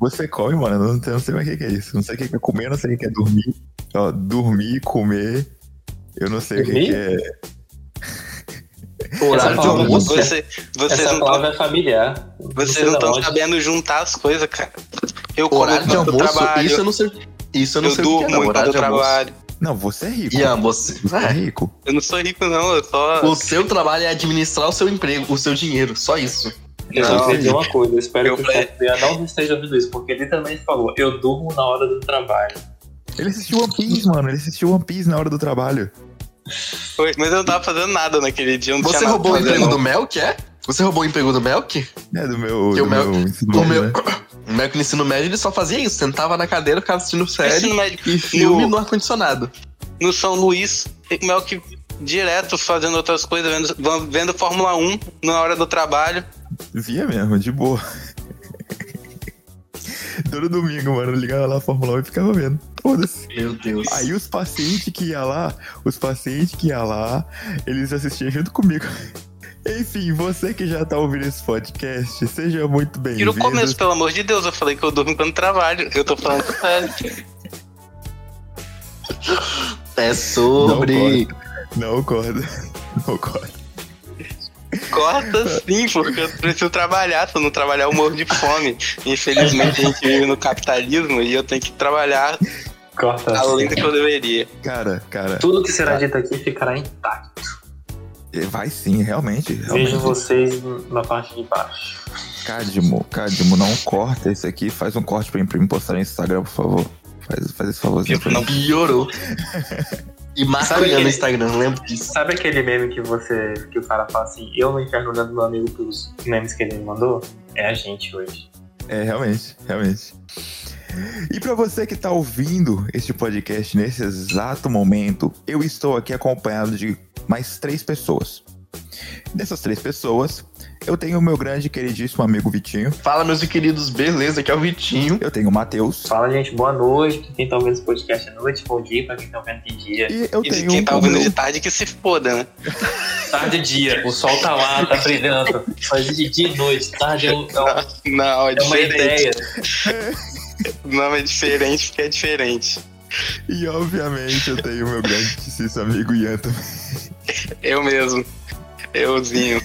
Você come, mano. Não, não sei mais o que que é isso. Não sei o que que é comer, não sei o que que é dormir. Ó, dormir, comer. Eu não sei o que Dormir? que é. Essa Tá Horário de palavra, almoço. você, Você, essa vocês não palavra é familiar. sei da estão onde. sabendo juntar as coisas, cara. Eu como Horário de quando eu é almoço, trabalho, isso eu não sei. Isso eu não eu sei o que é, não. durmo quando Horário eu de almoço. trabalho. Não, você é rico. E Ah. almoço. Você é rico. Eu não sou rico, não, eu só. O seu trabalho é administrar o seu emprego, o seu dinheiro, só isso. Eu Não, só queria dizer uma coisa, eu espero Eu que o falei- Xavier não esteja ouvindo isso, porque ele também falou, eu durmo na hora do trabalho. Ele assistiu One Piece, mano. Ele assistiu One Piece na hora do trabalho. Foi, Mas eu não tava fazendo nada naquele dia. eu Não Você tinha nada roubou o pra fazer, emprego não. do Melk, é? Você roubou o emprego do Melk? É, do meu. Que Do o meu- meu ensino O médio, meu- né? O Melk no ensino médio ele só fazia isso, sentava na cadeira, ficava assistindo série Ensino médio. e filme no- no ar-condicionado. No São Luís, meio que direto fazendo outras coisas, vendo, vendo Fórmula 1 na hora do trabalho. Via mesmo, de boa. Todo domingo, mano, eu ligava lá a Fórmula 1 e ficava vendo. Foda-se. Meu Deus. Aí os pacientes que ia lá, os pacientes que ia lá, eles assistiam junto comigo. Enfim, você que já tá ouvindo esse podcast, seja muito E no bem-vindo. começo, pelo amor de Deus, eu falei que eu durmo quando trabalho. Eu tô falando sério. É sobre. Não acorda. Não acorda. Corta sim, porque eu preciso trabalhar. Se eu não trabalhar, eu morro de fome. Infelizmente, a gente vive no capitalismo e eu tenho que trabalhar Tá Corta. além do que eu deveria. Cara, cara, Tudo que será dito aqui ficará intacto. eh, vai sim, realmente. realmente. Vejo vocês na parte de baixo. Cadmo, Cadmo, não corta isso aqui. Faz um corte pra mim, pra mim postar no Instagram, por favor. Faz, faz esse favorzinho. Tipo, pra mim. não- Piorou. E marca Sabe olhando aquele- no Instagram, lembro disso. Sabe aquele meme que você. que o cara fala assim, eu não enxergo olhando meu amigo pelos memes que ele me mandou? É a gente hoje. É, realmente, realmente. E pra você que tá ouvindo este podcast nesse exato momento, eu estou aqui acompanhado de mais três pessoas. Dessas três pessoas, eu tenho o meu grande e queridíssimo amigo Vitinho, Fala, meus queridos, beleza? Aqui é o Vitinho. eu tenho o Matheus Fala, gente, boa noite. Pra quem tá ouvindo esse podcast à noite, bom dia. Pra quem tá ouvindo de dia. e eu E de tenho um quem tá o ouvindo meu... de tarde que se foda, né? Tarde e dia, o sol tá lá, tá brilhando. Mas de dia e noite, tarde é, um- é um- Não, é é uma diferente. ideia. Não, é diferente porque é diferente. E obviamente eu tenho o meu grandíssimo amigo Ian também. Eu mesmo. Euzinho.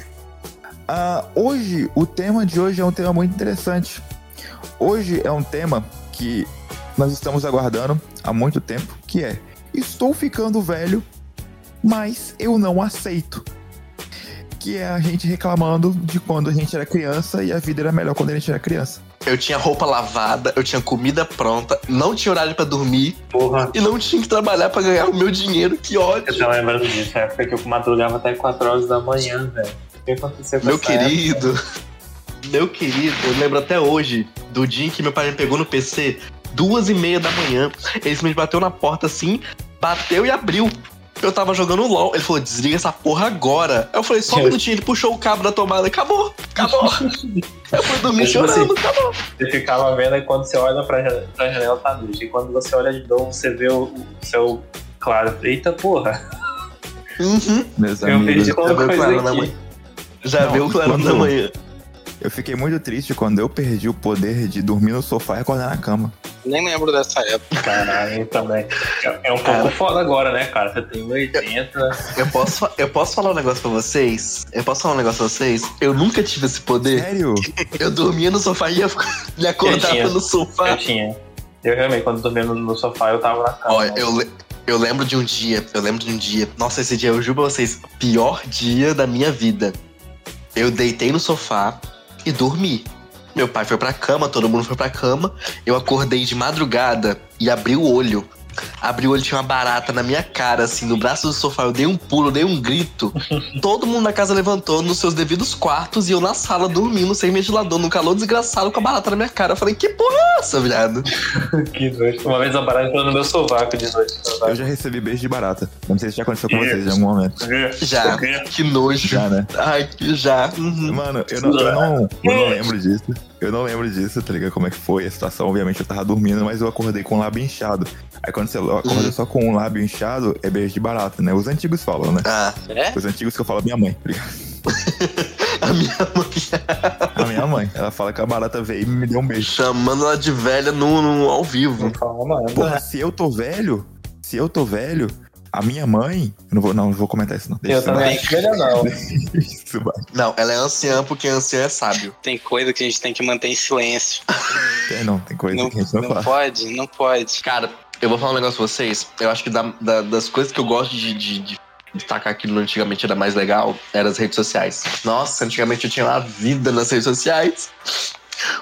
Ah, hoje, o tema de hoje é um tema muito interessante. Hoje é um tema que nós estamos aguardando há muito tempo, que é Estou ficando velho, mas eu não aceito. Que é a gente reclamando de quando a gente era criança e a vida era melhor quando a gente era criança. Eu tinha roupa lavada, eu tinha comida pronta, não tinha horário pra dormir Porra, e não tinha que trabalhar pra ganhar o meu dinheiro. Que eu ódio. tô lembrando disso. A época que eu madrugava até 4 horas da manhã, velho. O que aconteceu com Meu essa época? querido. Meu querido, eu lembro até hoje do dia em que meu pai me pegou no PC, duas e meia da manhã. Ele me bateu na porta assim, bateu e abriu. Eu tava jogando LOL. Ele falou, desliga essa porra agora. Eu falei, só um minutinho. Ele puxou o cabo da tomada. Acabou, acabou. Eu fui dormir Mas, tipo chorando, acabou. Você ficava vendo e quando você olha pra janela, pra janela tá luz. E quando você olha de novo, você vê o, o seu claro. Eita porra, Uhum. Meus eu perdi eu alguma vi o coisa claro na aqui. manhã. Já Não, viu o clarão da quando- manhã. eu fiquei muito triste quando eu perdi o poder de dormir no sofá e acordar na cama. Nem lembro dessa época. Caralho, eu também. É- É um pouco Cara. foda agora, né, cara? Você tem 80. Eu posso, fa- eu posso falar um negócio pra vocês? Eu posso falar um negócio pra vocês? Eu nunca tive esse poder. Sério? Eu dormia no sofá e ia ficar- me acordar tinha. pelo Eu sofá. tinha. Eu realmente, quando eu dormia no, no sofá, eu tava na cama. Olha, eu, le- eu lembro de um dia, eu lembro de um dia. Nossa, esse dia eu juro pra vocês, pior dia da minha vida. Eu deitei no sofá e dormi. Meu pai foi pra cama, todo mundo foi pra cama. Eu acordei de madrugada e abri o olho. Abri o olho, tinha uma barata na minha cara, assim, no braço do sofá. Eu dei um pulo, dei um grito. Todo mundo na casa levantou nos seus devidos quartos e eu na sala dormindo, sem ventilador, num calor desgraçado, com a barata na minha cara. Eu falei, que porra é essa, viado? Que noite. Uma vez a barata entrou no meu sovaco de noite. Eu já recebi beijo de barata. Não sei se já aconteceu com Isso. vocês em algum momento. Já, que nojo. Já, né? Ai, que já. Uhum. Mano, eu não, eu, não, eu não lembro disso. Eu não lembro disso, tá ligado? Como é que foi a situação. Obviamente eu tava dormindo, mas eu acordei com o lábio inchado. Aí quando você acorda só com o lábio inchado, é beijo de barata, né? Os antigos falam, né? Ah, É? Os antigos que eu falo, minha mãe, tá ligado? a minha mãe. A minha mãe. Ela fala que a barata veio e me deu um beijo. Chamando ela de velha no, no- ao vivo. Não fala nada. Porra, se eu tô velho, se eu tô velho, a minha mãe. eu não vou, não, não vou comentar isso, não. Eu isso também acho melhor não. baixo, isso baixo. Não, ela é anciã porque anciã é sábio. Tem coisa que a gente tem que manter em silêncio. É, não, tem coisa Não, que a gente não, não fala. pode, não pode. Cara, eu vou falar um negócio pra vocês. Eu acho que da- da- das coisas que eu gosto de, de, de destacar que antigamente era mais legal, eram as redes sociais. Nossa, antigamente eu tinha uma vida nas redes sociais.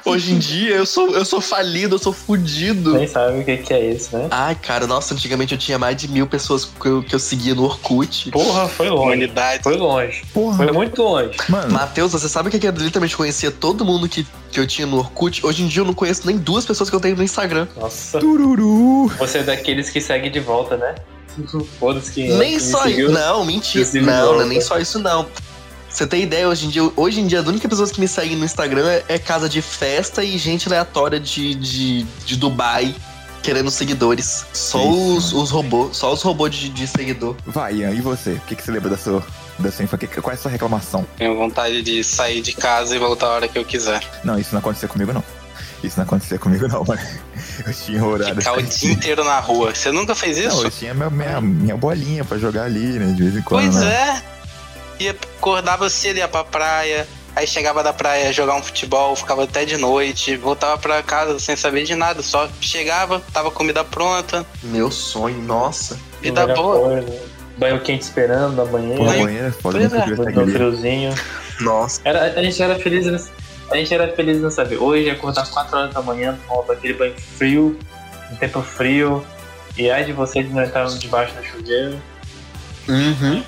Hoje em dia eu sou, eu sou falido, eu sou fudido. Nem sabe o que, que é isso, né? Ai, cara, nossa, antigamente eu tinha mais de mil pessoas que eu, que eu seguia no Orkut. Porra, foi longe. Humanidade. Foi longe. Porra, Foi muito longe. mano, Matheus, você sabe o que é que eu literalmente conhecia todo mundo que, que eu tinha no Orkut? Hoje em dia eu não conheço nem duas pessoas que eu tenho no Instagram. Nossa. tururu. Você é daqueles que segue de volta, né? Foda-se que. Nem que só seguiu. isso. Não, mentira. Me seguiu de Não, volta. não é nem só isso, não. Você tem ideia, hoje em dia, hoje em dia, a única pessoa que me segue no Instagram é, é casa de festa e gente aleatória de, de, de Dubai querendo seguidores. Só Isso, os, os robôs, só os robôs de, de seguidor. Vai, Ian, e você? O que, que você lembra da sua, da sua infância? Que- Qual é a sua reclamação? Tenho vontade de sair de casa e voltar a hora que eu quiser. Não, isso não acontecia comigo, não. Isso não acontecia comigo, não, mano. Eu tinha horário. Ficar o dia inteiro na rua. Você nunca fez isso? Não, eu tinha minha, minha, minha bolinha pra jogar ali, né? De vez em quando. Pois né? é. Ia, acordava cedo, ia pra praia. Aí chegava da praia jogar um futebol, ficava até de noite, voltava pra casa sem saber de nada, só chegava, tava comida pronta, Meu sonho, nossa. vida Melhor boa. coisa. né? Banho quente esperando na Pô, a banheira. banheira é foda, Pois nunca é. tive essa No agonia. friozinho. Nossa. Era, a gente era feliz nessa, A gente era feliz nessa vida. Hoje acordar 4 horas da manhã, tomar aquele banho frio, um tempo frio. E ai de vocês não entraram debaixo do chuveiro. Uhum.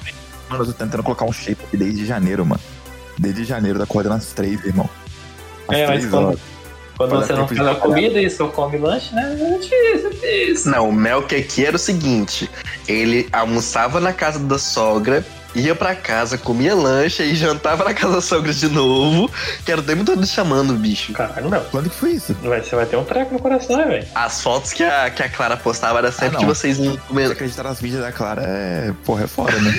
Mano, eu tô tentando colocar um shape aqui desde janeiro, mano. Desde janeiro, tá acordando às três, irmão. Às É, mas três quando- horas. Quando Olha, você não tempo de faz a trabalhar. comida e só come lanche, né? É difícil, é difícil. Não, o Mel que aqui era o seguinte: ele almoçava na casa da sogra, ia pra casa, comia lanche e jantava na casa da sogra de novo. Quero ter muito chamando o bicho. Caralho, não. Quando que foi isso? Vai- Você vai ter um treco no coração, né, velho? As fotos que a, que a Clara postava era sempre Ah, que não. vocês iam Você comer. acreditar nas mídias da Clara é. Porra, é fora, né?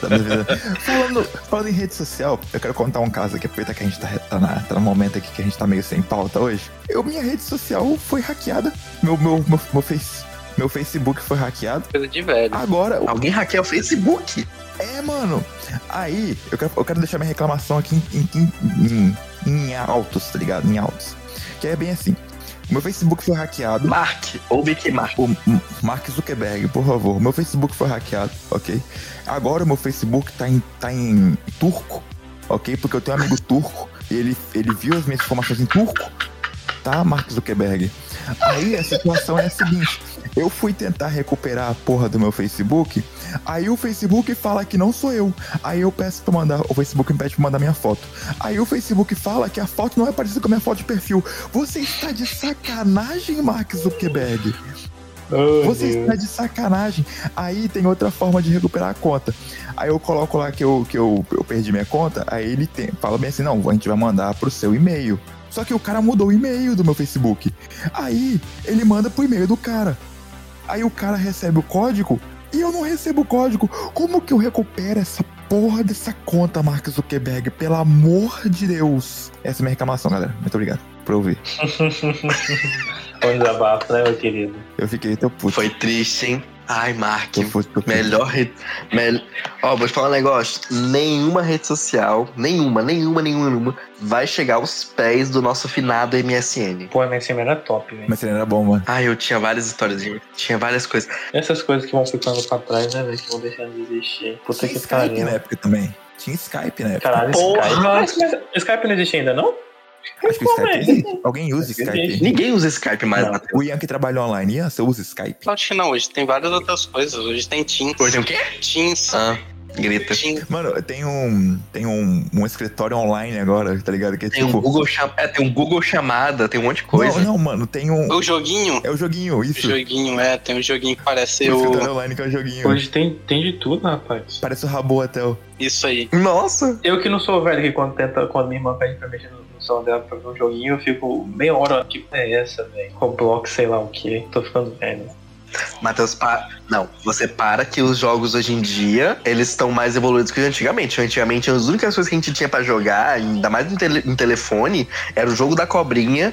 Tá me avisando. falando, falando em rede social, eu quero contar um caso aqui, aproveita que a gente tá, tá, na, tá no momento aqui que a gente tá meio sem pauta hoje. Eu, minha rede social foi hackeada. Meu, meu, meu, meu, face, meu Facebook foi hackeado. Coisa de velho. Agora, Alguém hackeia o Facebook? É, mano. Aí, eu quero, eu quero deixar minha reclamação aqui em, em- em- em altos, tá ligado? Em altos. Que é bem assim. O meu Facebook foi hackeado. Mark, ou Big Mark. O M- Mark Zuckerberg, por favor. O Meu Facebook foi hackeado, ok? Agora o meu Facebook tá em, tá em turco, ok? Porque eu tenho um amigo turco e ele, ele viu as minhas informações em turco, tá, Mark Zuckerberg? Aí a situação é a seguinte: eu fui tentar recuperar a porra do meu Facebook, aí o Facebook fala que não sou eu. Aí eu peço pra mandar, o Facebook me pede pra mandar minha foto. Aí o Facebook fala que a foto não é parecida com a minha foto de perfil. Você está de sacanagem, Mark Zuckerberg. Oh, Você Uhum. está de sacanagem. Aí tem outra forma de recuperar a conta. Aí eu coloco lá que eu, que eu, eu perdi minha conta, aí ele tem- fala bem assim: não, a gente vai mandar pro seu e-mail. Só que o cara mudou o e-mail do meu Facebook. Aí ele manda pro e-mail do cara. Aí o cara recebe o código e eu não recebo o código. Como que eu recupero essa porra dessa conta, Mark Zuckerberg? Pelo amor de Deus. Essa é a minha reclamação, galera. Muito obrigado por ouvir. Bom desabafo, né, meu querido? Eu fiquei tão puto. Foi triste, hein? Ai, Mark. Eu fui- eu fui- Melhor rede. mel- Ó, vou te falar um negócio. Nenhuma rede social, nenhuma, nenhuma, nenhuma, nenhuma, vai chegar aos pés do nosso finado MSN. Pô, a MSM era top, velho. Mas ele era bom, mano. Ai, Ah, eu tinha várias histórias, tinha várias coisas. Essas coisas que vão ficando pra trás, né, velho? Que vão deixando de existir. Puta Tinha que Skype pariu. na época também. Tinha Skype na época. Caralho, Porra! Skype. Mas, mas Skype não existe ainda, não? Acho que o Como Skype é? existe. Alguém usa Existe. Skype? Ninguém usa Skype mais, né? Não. Matheus. O Ian que trabalha online. Ian, você usa Skype? Acho que não, hoje tem várias outras coisas. Hoje tem Teams. Hoje tem o quê? Teams. Ah, grita. Teams. Mano, tem um. Tem um, um escritório online agora, tá ligado? Que é Tem um tipo. Google, cham... é, tem um Google chamada, tem um monte de Não, coisa. não, mano, tem um. O joguinho. É o joguinho, O isso. O joguinho, é. Tem um joguinho que parece o... escritório online que é o joguinho. Hoje tem, tem de tudo, rapaz. Parece o Rabo Hotel. Isso aí. Nossa! Eu que não sou velho, que quando, tenta, quando minha irmã pede pra mexer no, no celular dela pra ver um joguinho, eu fico meia hora, que porra é essa, velho? Roblox, sei lá o que. Tô ficando velho. Matheus, pa... não, você para que os jogos hoje em dia, eles estão mais evoluídos que antigamente. Antigamente, as únicas coisas que a gente tinha pra jogar, ainda mais no, tele- no telefone, era o jogo da cobrinha,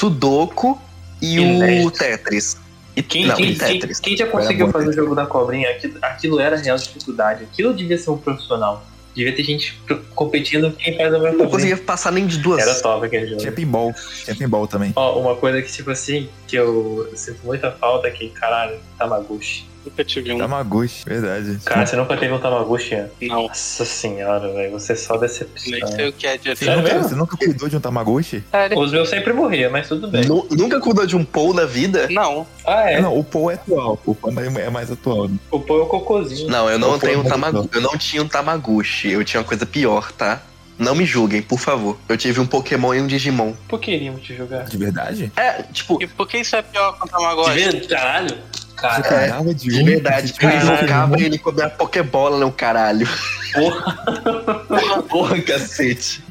Sudoku e o Inédito. Tetris. E Quem, não, é quem- e quem- Tetris. quem já conseguiu muito fazer o jogo da cobrinha, aquilo, aquilo era real dificuldade. Aquilo devia ser um profissional. Devia ter gente pro- competindo quem faz a melhor Não cobrinha. conseguia Tipo- passar nem de duas. Era top aquele jogo. Tinha pinball. Tinha pinball também. Ó, uma coisa que, tipo assim, que eu sinto muita falta aqui, caralho, Tamaguchi. Nunca tive Tá. um. Tamaguchi, verdade. Cara, você nunca teve um Tamaguchi? Ian? Não. Nossa senhora, velho, você é só decepciona. Nem sei o que é direito. Você nunca, mesmo? você nunca cuidou de um Tamaguchi? Os meus sempre morriam, mas tudo bem. Nu- Nunca cuidou de um pou na vida? Não. Ah, é. Não, o Paul é atual. O Paul é é mais atual. né? O pão é o cocôzinho. Não, eu não Ou foi tenho muito tamagu... eu não tinha um Tamaguchi, eu tinha uma coisa pior, tá? Não me julguem, por favor. Eu tive um Pokémon e um Digimon. Por que iríamos te jogar? De verdade? É, tipo, E por que isso é pior contra o De Tamagotchi? verdade, caralho. Você Cara, cuidava de um. de verdade, você eu cuidava de um. invocava ele com a minha Pokébola, não, caralho. porra. Porra, cacete.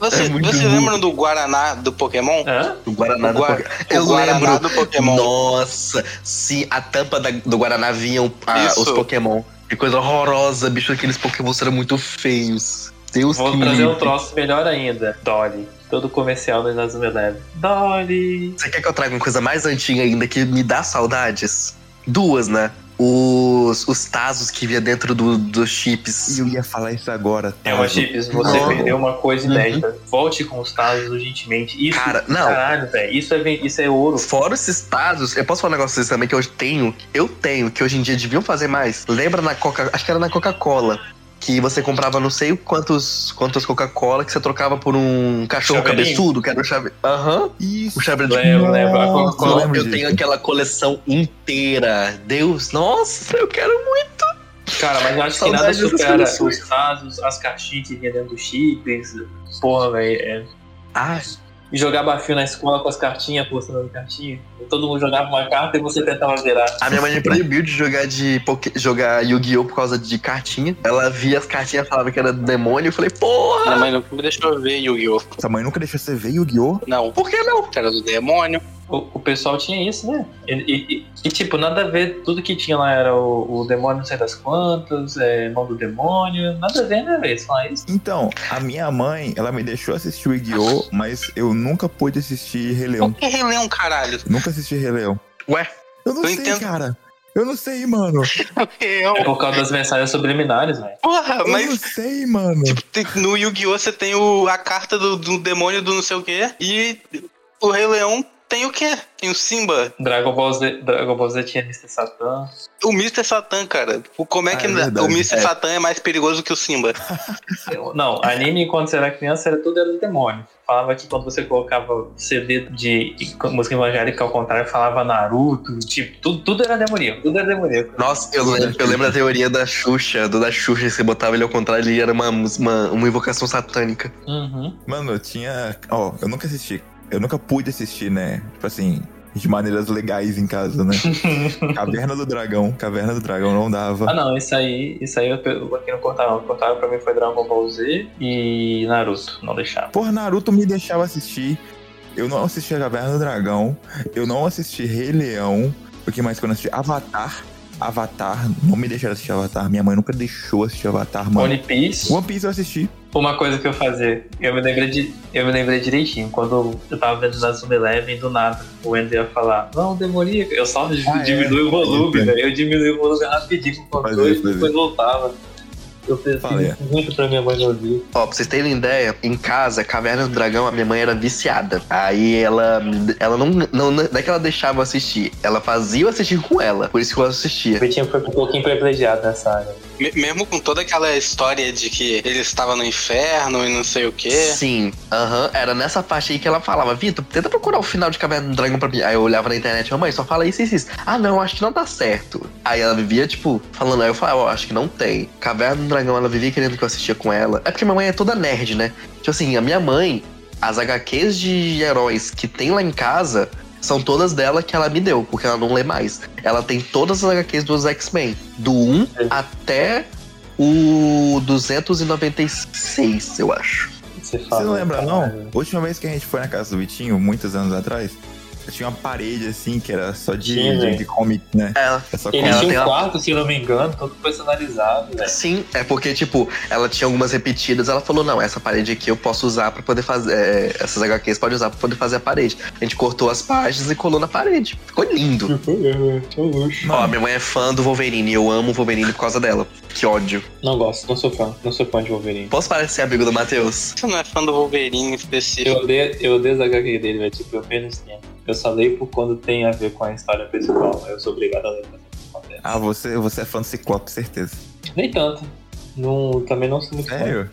Você, É muito você burro. lembra do Guaraná do Pokémon? Hã? O Guaraná O do Gua- Pokémon. o Eu Guaraná lembro. do Pokémon. Nossa, sim, a tampa da- do Guaraná vinham ah, Isso. os Pokémon. Que coisa horrorosa, bicho, aqueles Pokémon eram muito feios. Deus Vou que trazer um livre. troço melhor ainda. Dolly. Todo comercial do Inazuma Eleven. Dolly. Você quer que eu traga uma coisa mais antiga ainda que me dá saudades? Duas, né? Os, os Tazos que via dentro do- dos chips. Eu ia falar isso agora. Tá? É uma chips, você Não. perdeu uma coisa Uhum. inédita. Volte com os Tazos urgentemente. Isso, Cara, não. caralho, velho. Isso é, ven- isso é ouro. Fora esses Tazos, eu posso falar um negócio pra vocês também que eu tenho, eu tenho, que hoje em dia deviam fazer mais. Lembra na Coca, acho que era na Coca-Cola, que você comprava não sei quantos quantos Coca-Cola que você trocava por um cachorro Chaveirinho? cabeçudo, que era o chave. Aham, Isso. o chave de Lembro, lembro. A Nossa, Coca-Cola, lembro eu disso. tenho aquela coleção inteira. Deus, nossa, eu quero Cara, mas eu acho que nada Saudades das supera coleções. os Tazos, as caixinhas que vinha dentro dos chips. Porra, velho. é. Ah, E Jogar bafinho na escola com as cartinhas, postando cartinha. Todo mundo jogava uma carta e você tentava virar. a minha mãe me proibiu de jogar de poké- jogar Yu-Gi-Oh! por causa de cartinha. Ela via as cartinhas e falava que era demônio. Eu falei, porra, Minha mãe nunca me deixou ver Yu-Gi-Oh! Sua mãe nunca deixou você ver Yu-Gi-Oh! Não. por que não? Era do demônio. O, o pessoal tinha isso, né? E, e- e- e, tipo, nada a ver, tudo que tinha lá era o, o demônio não sei das quantas, é, mão do demônio, nada a ver, né, velho? Eles falam isso. Então, a minha mãe, ela me deixou assistir o Yu-Gi-Oh! Mas eu nunca pude assistir Rei Leão. Por que relê um caralho? Nunca assisti Rei Leão. Ué? Eu não Eu sei, entendo. cara. Eu não sei, mano. Eu. É por causa das mensagens subliminares, velho. Porra, Eu não mas tipo sei, mano. tem- no Yu-Gi-Oh! você tem o, a carta do, do demônio do não sei o quê. E o Rei Leão tem o quê? Tem o Simba. Dragon Ball Z, Dragon Ball Z tinha Mr. Satan. O Mr. Satan, cara. O- Como é Ah, que é verdade. o Mr. É. Satan é mais perigoso que o Simba? Não, anime quando você era criança era tudo era do demônio. Falava que quando você colocava CD de música evangélica ao contrário, falava Naruto, tipo, tudo, tudo era demoníaco, tudo era demoníaco. Nossa, eu lembro, eu lembro da teoria da Xuxa, do da Xuxa, que você botava ele ao contrário, ele era uma, uma, uma invocação satânica. Uhum. Mano, eu tinha. Ó, eu nunca assisti. Eu nunca pude assistir, né? Tipo assim, de maneiras legais em casa, né? Caverna do Dragão. Caverna do Dragão não dava. Ah não, isso aí, isso aí eu- aqui não cortaram. Cortaram pra mim foi Dragon Ball Z e Naruto, não deixaram. Por Naruto me deixava assistir. Eu não assisti a Caverna do Dragão. Eu não assisti Rei Leão. O que mais que eu não assisti? Avatar. Avatar. Não me deixaram assistir Avatar. Minha mãe nunca deixou assistir Avatar, mano. One Piece. One Piece eu assisti. Uma coisa que eu fazia, eu me lembrei, de- eu me lembrei direitinho, quando eu tava vendo na Zoom Eleven, do nada, o Wendel ia falar, não, demoníaco, eu só Ah, é. diminui o volume, Entendi. velho, eu diminui o volume rapidinho com o Fazia, controle, fazia. depois voltava. Eu Falei. pensei muito pra minha mãe não ouvir. Ó, pra vocês terem ideia, em casa, Caverna do Dragão, a minha mãe era viciada. Aí ela, ela não, não, não é que ela deixava eu assistir, ela fazia eu assistir com ela, por isso que eu O assistia. Betinho foi um pouquinho privilegiado nessa área. Me- mesmo com toda aquela história de que ele estava no inferno e não sei o quê. Sim, aham, era nessa parte aí que ela falava, Vitor, tenta procurar o final de Caverna do Dragão pra mim. Aí eu olhava na internet, "Ô, mãe, só fala isso e isso, isso. Ah, não, acho que não tá certo. Aí ela vivia, tipo, falando, aí eu falava, ó, acho que não tem. Caverna do Dragão, ela vivia querendo que eu assistia com ela. É porque minha mãe é toda nerd, né? Tipo assim, a minha mãe, as HQs de heróis que tem lá em casa são todas dela que ela me deu, porque ela não lê mais. Ela tem todas as HQs dos X-Men, do 1 É. até o 296, eu acho. Você, fala, Você não lembra, não? "Caralho". Última vez que a gente foi na casa do Vitinho, muitos anos atrás, Tinha uma parede assim, que era só de, Sim, de, velho. de comic, né? Ela, É só Ele Ela comic. tem tinha um uma- quarto, se não me engano, todo personalizado, né? velho. sim, é porque, tipo, ela tinha algumas repetidas. Ela falou: não, essa parede aqui eu posso usar pra poder fazer. é, essas HQs pode usar pra poder fazer a parede. A gente cortou as páginas e colou na parede. Ficou lindo. né? Ó, minha mãe é fã do Wolverine e eu amo o Wolverine por causa dela. Que ódio. Não gosto, não sou fã, não sou fã de Wolverine. Posso parecer amigo do Matheus? Você não é fã do Wolverine em específico. Eu odeio, eu odeio as HQ dele, velho. Tipo, eu apenas tenho. Eu só leio por quando tem a ver com a história principal. Eu sou obrigado a ler pra saber o que acontece. Ah, você, você é fã do Ciclope, certeza. Nem tanto. Não, também não sou muito fã. Sério?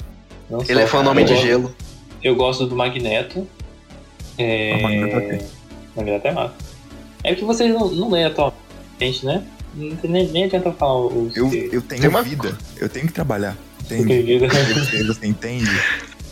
Não sou. Ele é fã do Homem de Eu gosto- Gelo. Eu gosto do Magneto. É... O Magneto é Magneto é massa. É que vocês não, não leem atualmente, né? Não tem nem, nem adianta falar os Eu, que- eu tenho Tem uma- vida. Eu tenho que trabalhar. que né? Entende? vida. Você, você entende?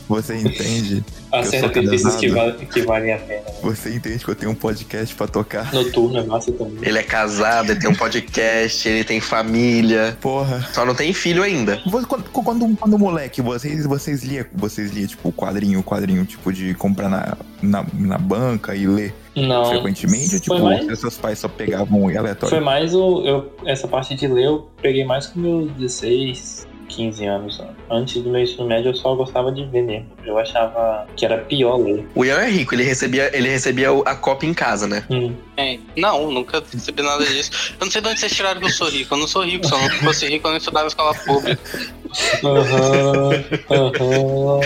Você entende? As sou certas que, casado. val- que valem a pena. Você entende que eu tenho um podcast pra tocar? Noturno é massa também. Ele é casado, ele tem um podcast, ele tem família. Porra. Só não tem filho ainda. Você- Quando, quando, quando moleque, vocês, vocês liam, vocês lia, tipo, quadrinho, quadrinho, tipo, de comprar na, na, na banca e ler Não. frequentemente? Ou, Foi tipo, mais- seus pais só pegavam e aleatório? Foi mais o. Eu, essa parte de ler eu peguei mais com meus 16, 15 anos. Antes do meu ensino médio eu só gostava de ver mesmo. Eu achava que era pior ler. O Ian é rico, ele recebia, ele recebia o- a Copa em casa, né? Hum. Hein? É. Não, nunca recebi nada disso. Eu não sei de onde vocês tiraram que eu sou rico. Eu não sou rico, se eu não fosse rico, eu não estudava em escola pública. Aham, aham.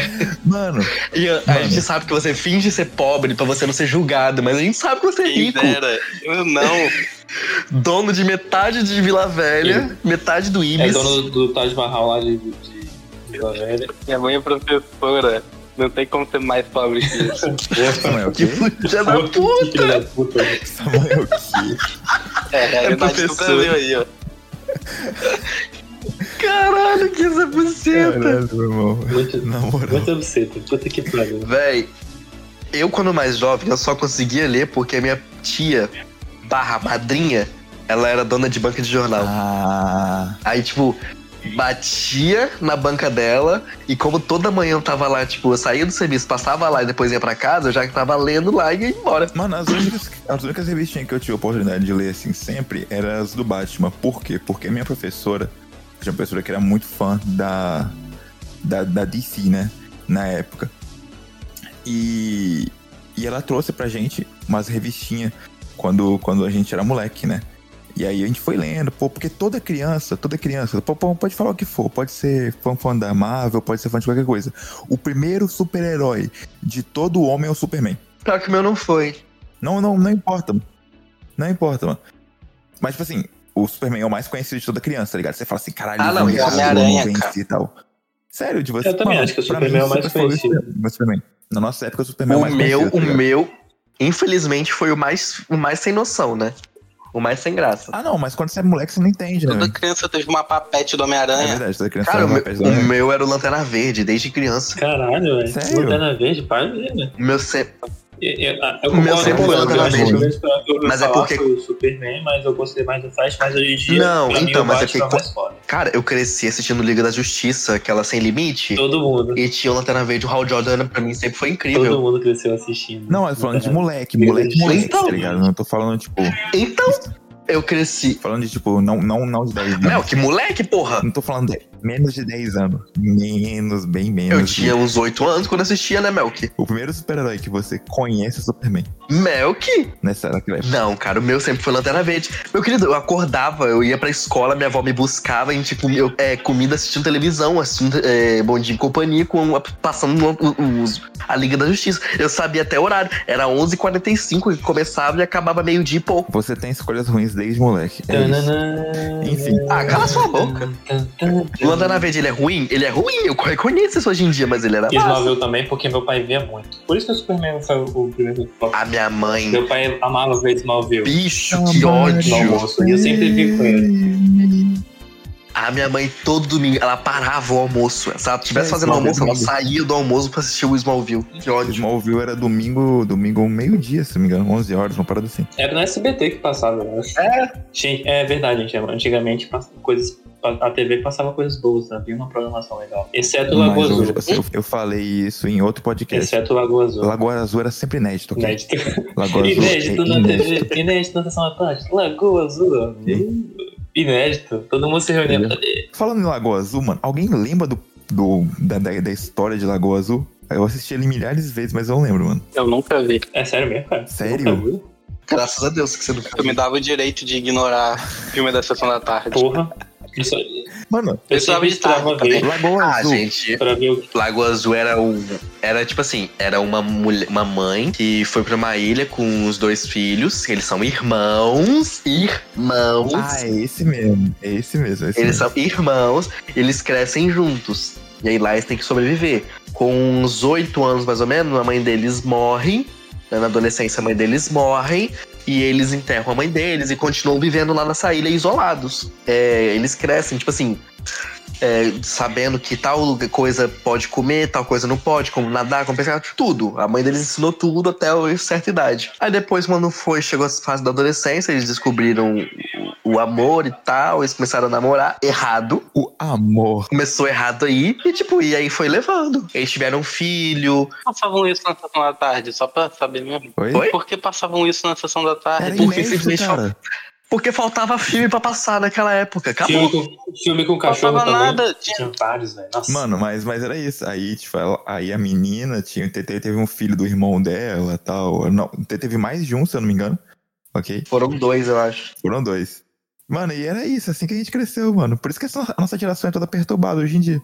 Mano, Ian, a Mano. gente sabe que você finge ser pobre pra você não ser julgado, mas a gente sabe que você é Quem rico. dera. Eu não. Dono de metade de Vila Velha, metade do É Ibis. dono do Taj Mahal lá de, de, de Vila Velha. Minha mãe é professora. Não tem como ser mais pobre que isso. Samuel, o Que quê? filha da puta! Filho da puta. Samuel, o quê? É, a realidade do professora. Brasil aí, ó. Caralho, que essa buceta! Caralho, meu irmão. Muito, Na moral. muito obsceto. Puta que pariu. Véi, eu quando mais jovem, eu só conseguia ler porque a minha tia, barra madrinha, ela era dona de banca de jornal. Ah, Aí, tipo, batia na banca dela e como toda manhã eu tava lá, tipo, eu saía do serviço, passava lá e depois ia pra casa, eu já tava lendo lá e ia embora. mano, as únicas, as únicas revistinhas que eu tive a oportunidade de ler assim sempre eram as do Batman. Por quê? Porque minha professora, tinha uma professora que era muito fã da, da, da DC, né? Na época. E, e ela trouxe pra gente umas revistinhas quando, quando a gente era moleque, né? E aí a gente foi lendo, pô, porque toda criança, toda criança, pô, pô, pode falar o que for, pode ser fã, fã da Marvel, pode ser fã de qualquer coisa. O primeiro super-herói de todo homem é o Superman. Pior que o meu não foi. Não, não, não importa. mano. Não importa, mano. Mas, tipo assim, o Superman é o mais conhecido de toda criança, tá ligado? Você fala assim, caralho, Ah, eu não, vou e vencer, Homem-Aranha, eu vou vencer cara. e tal. Sério, de você. Eu também acho que o pra Superman é o mais sempre foi conhecido. Superman, mas Superman. Na nossa época, o Superman é o O mais meu, conhecido. o tá ligado? meu, infelizmente, foi o mais, o mais sem noção, né? O mais sem graça. Ah, não, mas quando você é moleque, você não entende, né? Toda velho? criança teve uma papete do É Homem-Aranha. verdade, toda criança Cara, é o uma meu, peça o meu era o Lanterna Verde, desde criança. Caralho, velho. Sério? Lanterna Verde, para de ver, né? velho. O meu sempre. Eu- eu- ah, eu O meu concordo sempre com foi o Lanterna Lanterna Verde, Verde. Eu ouvi Mas é falar porque- sobre o Superman, mas eu gostei mais do Flash, mas hoje em dia. Não, pra mim, então, o mas é Batman porque- mais foda. Cara, eu cresci assistindo Liga da Justiça, aquela sem limite, Todo mundo. e tinha o Lanterna Verde, o Hal Jordan, pra mim sempre foi Todo incrível. mundo cresceu assistindo. Não, eu tô falando de Lanterna- moleque, moleque, moleque, Então. tá ligado? Não tô falando, tipo, Então, eu cresci. falando de, tipo, não, não, não de 10 anos. Mel, que moleque, porra! Não tô falando de menos de 10 anos. Menos, bem menos. Eu tinha uns 8 anos quando assistia, né, Melk? O primeiro super-herói que você conhece é o Superman. Melk? Nessa era que Não, cara, o meu sempre foi Lanterna Verde. Meu querido, eu acordava, eu ia pra escola, minha avó me buscava, a gente comia é, comida assistindo televisão, assistindo é, Bom Dia e Companhia, com, passando no- o- os- a Liga da Justiça. Eu sabia até o horário, era 11h45 que começava e acabava meio-dia e pouco. Você tem escolhas ruins desde moleque. É isso. Tananã. Enfim. Ah, cala sua boca. Tan, tan, O tan. Lanterna Verde, ele é ruim? Ele é ruim, eu reconheço isso hoje em dia, mas ele era Quis massa. Marvel também porque meu pai via muito. Por isso que o Superman foi o primeiro. A minha mãe, Meu pai amava ver Smallville. bicho, que ódio. almoço. E eu sempre fico com ele. A minha mãe, todo domingo, ela parava o almoço. Se ela estivesse É, fazendo Smallville, almoço, ela Smallville. saía do almoço pra assistir o Smallville. Que ódio. Smallville era domingo, domingo meio-dia, se não me engano, 11 horas, uma É parada assim. Era no SBT que passava. né? É. Gente, é verdade, gente. Antigamente passava coisas a, a TV passava coisas boas, havia uma programação legal. Exceto Mas Lagoa Azul. eu, assim, eu- eu falei isso em outro podcast. Exceto Lagoa Azul. Lagoa Azul era sempre inédito. ok? Inédito. Lagoa Azul é Inédito na inédito. TV. Inédito na Sessão da Tarde. Lagoa Azul. Inédito. Todo mundo se reunia. Falando em Lagoa Azul, mano, alguém lembra do, do- da, da, da história de Lagoa Azul? Eu assisti ele milhares de vezes, mas eu não lembro, mano. Eu nunca vi. É sério mesmo, cara? Sério? Nunca viu? Graças a Deus que você não viu. Eu me dava o direito de ignorar filme da Sessão da Tarde. Porra. Eu só, Mano, eu Pessoal sempre de tarde esperava também. ver Lagoa Ah, Azul. gente. pra ver o Lagoa Azul era um. Era tipo assim, era uma, mulher, uma mãe que foi pra uma ilha com os dois filhos. Eles são irmãos. Irmãos. Ah, é esse mesmo. É esse mesmo. é esse Eles mesmo. são irmãos, eles crescem juntos. E aí lá eles têm que sobreviver. Com uns oito anos, mais ou menos, a mãe deles morre. né, Na adolescência, a mãe deles morre. E eles enterram a mãe deles e continuam vivendo lá nessa ilha isolados. É, eles crescem, tipo assim. é, sabendo que tal coisa pode comer, tal coisa não pode, como nadar, como pescar, tudo. A mãe deles ensinou tudo até uma certa idade. Aí depois, quando foi, chegou a fase da adolescência, eles descobriram o amor e tal, eles começaram a namorar errado. O amor. Começou errado aí, e tipo, e aí foi levando. Eles tiveram um filho. Passavam isso na Sessão da Tarde, só pra saber mesmo. Oi? Oi? Por que passavam isso na Sessão da Era Tarde? Porque inédito, simplesmente cara. Porque faltava filme pra passar naquela época. Acabou. filme com, filme com cachorro Passava também. nada. Tinha vários, velho. Nossa. Mano, mas, mas era isso. Aí, tipo, ela- aí a menina tinha, te- te- teve um filho do irmão dela tal. Não, te- teve mais de um, se eu não me engano. Ok? Foram dois, eu acho. Foram dois. Mano, e era isso, assim que a gente cresceu, mano. Por isso que essa- a nossa geração é toda perturbada hoje em dia.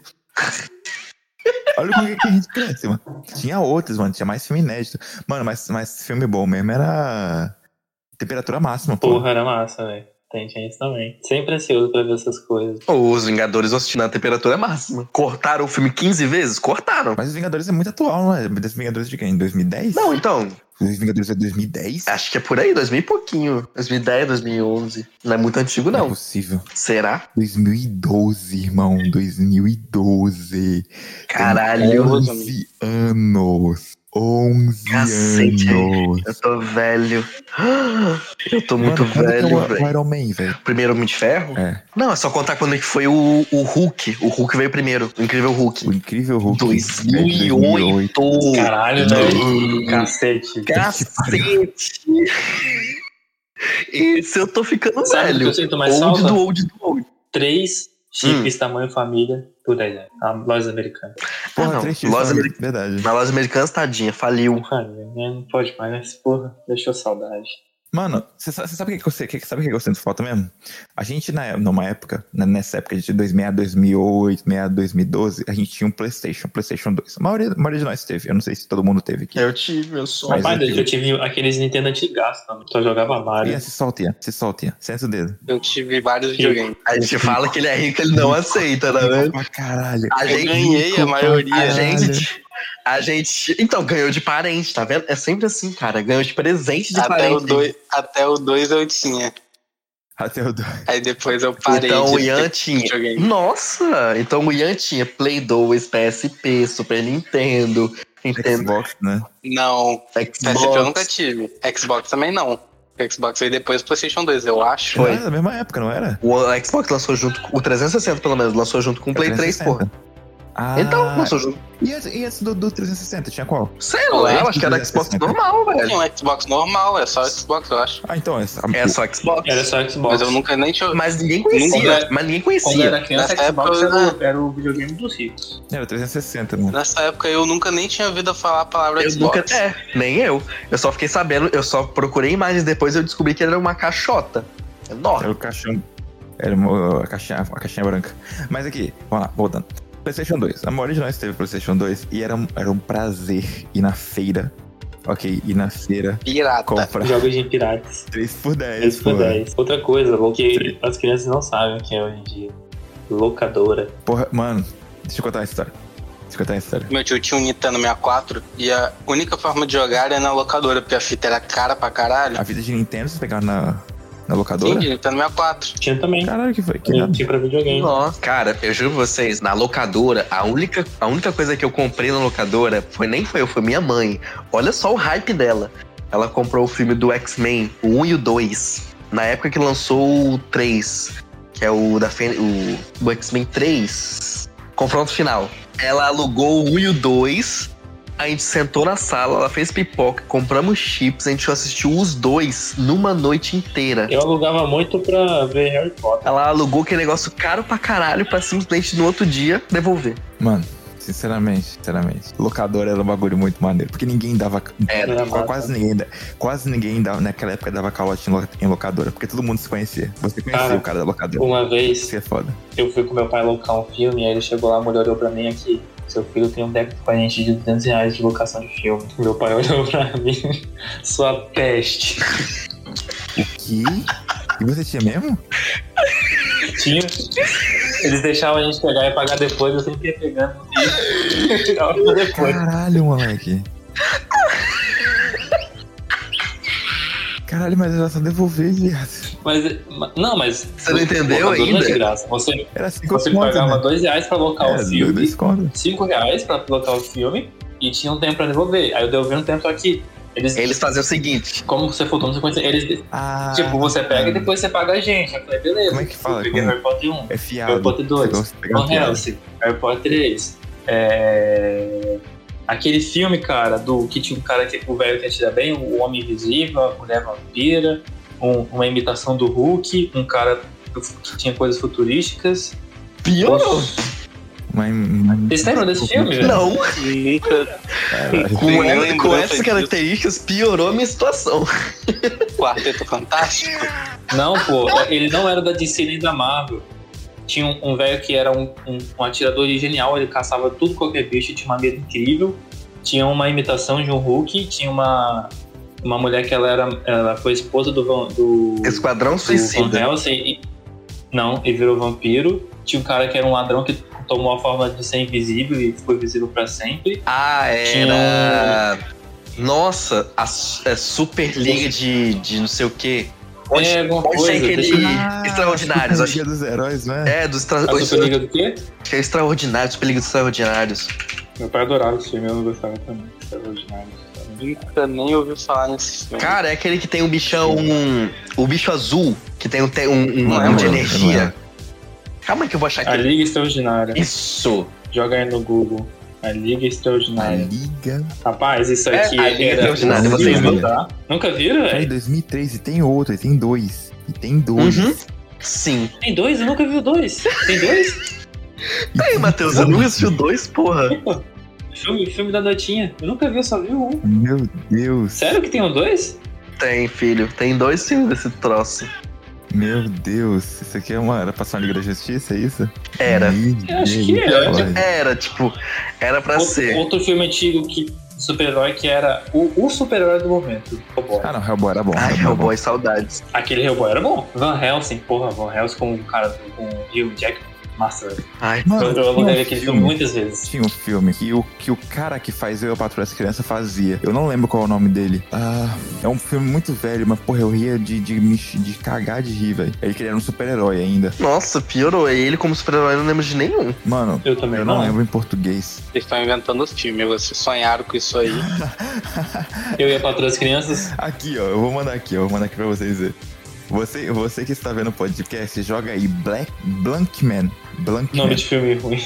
Olha como é que a gente cresce, mano. Tinha outros, mano. Tinha mais filme inédito. Mano, mas, mas filme bom mesmo era. Temperatura máxima, pô. Porra, era massa, velho. Tem gente também. Sempre ansioso pra ver essas coisas. Ou Os Vingadores eu assisti na temperatura máxima. Cortaram o filme 15 vezes? Cortaram. Mas os Vingadores é muito atual, não é? Os Vingadores de quem? 2010? Não, então, Os Vingadores é 2010? acho que é por aí, 2000 e pouquinho. 2010, 2011. Não é muito antigo, Não é não. possível. Será? 2012, irmão. 2012. Tem Caralho. 11 anos. 11 Cacete, anos. Eu tô velho. Eu tô muito Mano, quando que é velho, o- velho. o Iron Man, velho. Primeiro Homem de Ferro? É. Não, é só contar quando que foi o, o Hulk. O Hulk veio primeiro. O incrível Hulk. O incrível Hulk. né, de 2008. Caralho, velho. Cacete. Cacete. Esse eu tô ficando Sabe o que velho. eu sinto mais Old falta? do old do old. Três chips tamanho família por 10 reais. A loja americana. Ah, Porra, não. ah, Los Americanos. Verdade. Na loja americana, tadinha, faliu. Porra, velho, né? não pode mais, mas porra, deixou saudade. Mano, você sa- você sabe o que, que, eu sei- que, que- sabe o que eu sinto falta mesmo? A gente, na, numa época, né, nessa época de 2006, 2008, 2006, 2012, a gente tinha um PlayStation, PlayStation 2. A maioria, a maioria de nós teve. Eu não sei se todo mundo teve aqui. Eu tive, eu sou. Mas Rapaz, eu eu, eu tive aqueles Nintendo antigas também. Só jogava Mario. Ian, se solta, Ian. Se solta, Ian. Senta o dedo. Eu tive vários videogames. A gente fala que ele é rico, ele não aceita, tá vendo? Pra caralho. É A Eu gente, ganhei a a maioria. gente. A gente. Então, ganhou de parente, tá vendo? É sempre assim, cara. Ganhou de presente de Até o, parente. dois, até o dois eu tinha. Até Ah, o do- Aí depois eu parei Então, o de Ian ter tinha videogame. Nossa! Então o Ian tinha Play 2, PSP, Super Nintendo, Nintendo Xbox, né? Não, PSP eu nunca Xbox. tive. Xbox também não. Xbox veio depois do PlayStation 2, eu acho. Foi. Era da mesma época, não era? O Xbox lançou junto com o 360, pelo menos, lançou junto com o Play 3, 360. porra. Ah, Então, lançou junto. E esse, e esse do, do 360, tinha qual? Sei Não, lá, eu antes acho que do era Xbox 360. normal, velho. Tinha um Xbox normal, é só Xbox, eu acho. Ah, então, essa. É só Xbox. Era só Xbox. Mas eu nunca nem tinha. Mas ninguém conhecia. Nunca- Mas ninguém Quando conhecia. era criança, Nessa Xbox época, era, o- era o videogame dos ricos. Era 360, né? Nessa época eu nunca nem tinha ouvido falar a palavra Eu Xbox. nunca. É, nem eu. Eu só fiquei sabendo, eu só procurei imagens depois eu descobri que era uma caixota. Enorme. Era o caixão. Era uma- a caixinha, a caixinha branca. Mas aqui, vamos lá, voltando. PlayStation 2. A maioria de nós teve PlayStation 2 e era um, era um prazer ir na feira. Ok, ir na feira Pirata. comprar Jogos de piratas. 3 por 10. 10 por pô. 10. Outra coisa, bom, que as crianças não sabem o que é hoje em dia. Locadora. Porra, mano, deixa eu contar a história. Deixa eu contar a história. Meu tio tinha um Nintendo 64 e a única forma de jogar era na locadora, porque a fita era cara pra caralho. A vida de Nintendo, vocês pegaram na, na Sim, locadora? de Nintendo 64. Tinha também. Caralho, que foi? Que Tinha, nada. tinha pra videogame. Nossa. Cara, eu juro pra vocês, na locadora, a única, a única coisa que eu comprei na locadora foi nem foi eu, foi minha mãe. Olha só o hype dela. Ela um comprou o filme do X-Men, o 1 e o 2, na época que lançou o 3. que é o da Fen- o do X-Men 3, confronto final. Ela alugou o 1 e o 2. A gente sentou na sala, ela fez pipoca, compramos chips, a gente assistiu os dois numa noite inteira. Eu alugava muito pra ver Harry Potter. Ela alugou aquele negócio caro pra caralho pra simplesmente no outro dia devolver. Mano, sinceramente, sinceramente. Locadora era um bagulho muito maneiro. Porque ninguém dava. Era. qua- Era massa. Quase ninguém, da- quase ninguém dava, naquela época dava calote em lo- em locadora. Porque todo mundo se conhecia. Você conhecia Cara, o cara da locadora. Uma vez Isso é foda. eu fui com meu pai locar um filme, aí ele chegou lá, a mulher olhou pra mim aqui. Seu filho tem um débito com a gente de 200 reais de locação de filme. Meu pai olhou pra mim, sua peste. O que? E você tinha mesmo? Tinha. Eles deixavam a gente pegar e pagar depois, eu sempre ia pegando e tirava pra depois. Caralho, moleque. Caralho, mas era só devolver, viado. Mas, ma- não, mas. Você não entendeu Locador Não é de ainda? graça. Você, Era cinco você conto, pagava né? dois reais pra locar É, o filme. dois conto. 5 reais pra locar o filme e tinha um tempo pra devolver. Aí eu devolvi um tempo, só que eles. Eles faziam o seguinte: Como você for dono, você conhece. Eles, Ah, tipo, você pega e depois você paga a gente. Eu falei, beleza. Como é que fala? Eu peguei Como- Harry Potter 1, é fiado. Harry Potter Você 2, gosta de pegar Van fiado. Helsing, assim, Harry Potter 3. É... Aquele filme, cara, do que tinha um cara que o velho que atira bem, o Homem Invisível, a Mulher Vampira, um- uma imitação do Hulk, um cara que tinha coisas futurísticas. piorou. Mas, mas... Vocês lembram desse filme, velho? Não, Nunca. Caralho. com, nem essa, com lembrança essas disso. características, piorou a minha situação. O Arteto Fantástico. Não, pô, ele não era da DC nem da Marvel. Tinha um, um velho que era um, um- um atirador genial, ele caçava tudo qualquer bicho, tinha uma medo incrível. Tinha uma imitação de um Hulk, tinha uma, uma mulher que ela era ela foi esposa do Van, do, do Esquadrão Van Suicida. Helsing e, não, e virou vampiro. Tinha um cara que era um ladrão que tomou a forma de ser invisível e ficou invisível pra sempre. Ah, era. Nossa, a, su- é Superliga de, de não sei o quê. Onde, é alguma onde coisa. tem deixa eu- aquele Ah, Extraordinários, acho Liga dos Heróis, né? É, dos extra... A Superliga do quê? acho que é Extraordinários, Superliga dos Extraordinários. Meu pai adorava esse filme, eu não gostava também. Extraordinário. Nunca nem ouviu falar nesse filme. Cara, é aquele que tem um bichão. Um, o bicho azul, que tem um, te- um, um- Não é, um mano, de não energia. é. Calma aí que eu vou achar A aqui. Liga Extraordinária. Isso! Joga aí no Google. A Liga A Extraordinária. Liga. Rapaz, isso É, aqui a Liga era. Extraordinária, um vocês filme, viram? tá? Nunca viram, Foi em velho? 2003 e tem outro, e tem dois. E tem dois. Uhum. Sim. Tem dois? Eu nunca vi dois. Tem dois? Tá E Aí, tem Matheus, eu dois. nunca assistiu dois, porra. filme, filme da Dotinha. Eu nunca vi, eu só vi um. Meu Deus, Sério que tem um dois? Tem, filho. Tem dois filmes desse troço. meu Deus. Isso aqui é uma. Era pra ser uma Liga da Justiça, é isso? Era. Meu Eu acho que é. Deus, era. olha. Era, tipo, era pra Outro, ser. outro filme antigo que super-herói que era o, o super-herói do momento. Hellboy. Ah, não, Hellboy era bom. Ai, era bom. Hellboy, saudades. Aquele Hellboy era bom. Van Helsing, porra, Van Helsing com o cara com o Hugh Jack. Massa, velho. Ai, Eu, Mano, eu tinha aluguei um aquele filme filme, muitas vezes. tinha um filme que o, que o cara que faz Eu, a Patrulha das Crianças fazia. Eu não lembro qual é o nome dele. Ah, é um filme muito velho, mas porra, eu ria de, de, me- de cagar de rir, velho. Ele que ele era um super-herói ainda. nossa, piorou. É Ele, como super-herói, eu não lembro de nenhum. Mano, Eu também eu não lembro em português. Vocês estão inventando filme, vocês sonharam com isso aí. Eu ia pra outras crianças. Aqui, ó, eu vou mandar aqui, ó, eu vou mandar aqui pra vocês verem. Você, você que está vendo o podcast, joga aí Black Blankman. Blankman. Nome de filme ruim.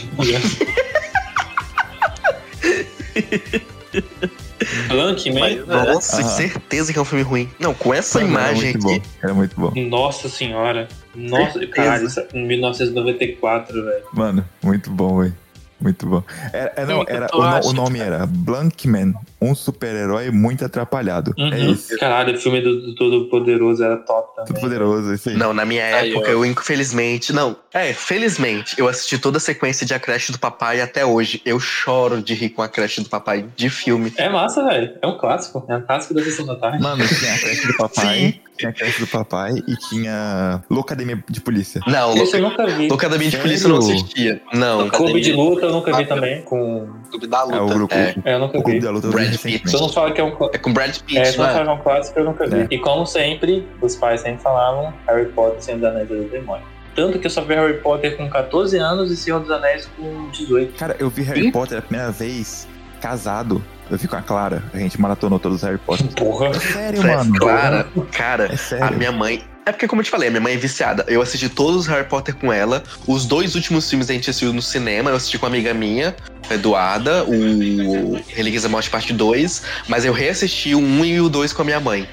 é. Blankman? né? Nossa, Aham. certeza que é um filme ruim. Não, com essa Mano, imagem era aqui. é muito bom. Era muito bom. Nossa senhora. Nossa, Certeza. caralho, isso é 1994, velho. Mano, muito bom, velho. Muito bom. Era, é, não, Sim, era, tu o, no- acha, o nome era Blankman, um super-herói muito atrapalhado. É Uhum. isso. Caralho, o filme do, do Todo Poderoso era top Tudo também. poderoso, é isso aí. Não, na minha Aí, época, ó. eu infelizmente. Não, é, felizmente, eu assisti toda a sequência de A Creche do Papai até hoje. Eu choro de rir com A Creche do Papai de filme. É massa, velho. É um clássico. É um clássico da sessão da tarde. Mano, tinha a creche do papai, tinha a creche do papai e tinha Locademia de Polícia. Não, Esse eu Louca- nunca vi. Loucadamente de é Sério? Polícia eu não assistia. Não. Louca- Clube de Luta eu nunca vi Ah, também. Com... Clube da É o Luta. grupo. É. É, eu nunca O clube vi. da luta Brad do Vicente. Se eu não falar que é um clássico. É com Brad É, Pitt, se não né? falar que é um clássico, eu nunca vi. É. E como sempre, os pais sempre falavam Harry Potter e Senhor dos Anéis era do demônio. Tanto que eu só vi Harry Potter com 14 anos e Senhor dos Anéis com 18. Cara, eu vi Harry Potter a primeira vez casado. Eu vi com a Clara. A gente maratonou todos os Harry Potter. Porra. É sério, Sério, mano. Clara, cara, É sério. a minha mãe É porque, como eu te falei, minha mãe é viciada. Eu assisti todos os Harry Potter com ela. Os dois últimos filmes a gente assistiu no cinema. Eu assisti com uma amiga minha, a Eduarda, o Relíquias da Morte Parte 2. Mas eu reassisti o 1 e o 2 com a minha mãe.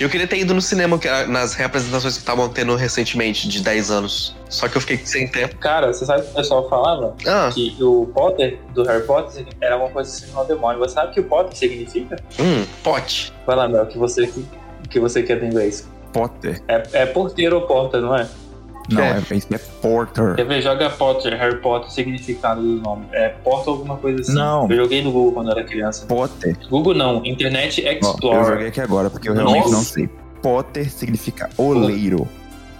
Eu queria ter ido no cinema que era nas representações que estavam tendo recentemente, de 10 anos. Só que eu fiquei sem tempo. Cara, você sabe o que o pessoal falava? Ah, Que o Potter, do Harry Potter, era uma coisa assim, um demônio. Você sabe o que o Potter significa? hum, pote. Vai lá, Mel, que você, que, que você quer do inglês. Potter. É, é porteiro ou porta, não é? Não, É. é, isso é Porter. Quer ver? Joga Potter, Harry Potter, significado do nome. É porta alguma coisa assim. Não. Eu joguei no Google quando era É. criança. Potter. Google não, Ó, Internet eu joguei Explorer. aqui agora, porque eu realmente Nossa. não sei. Potter significa oleiro.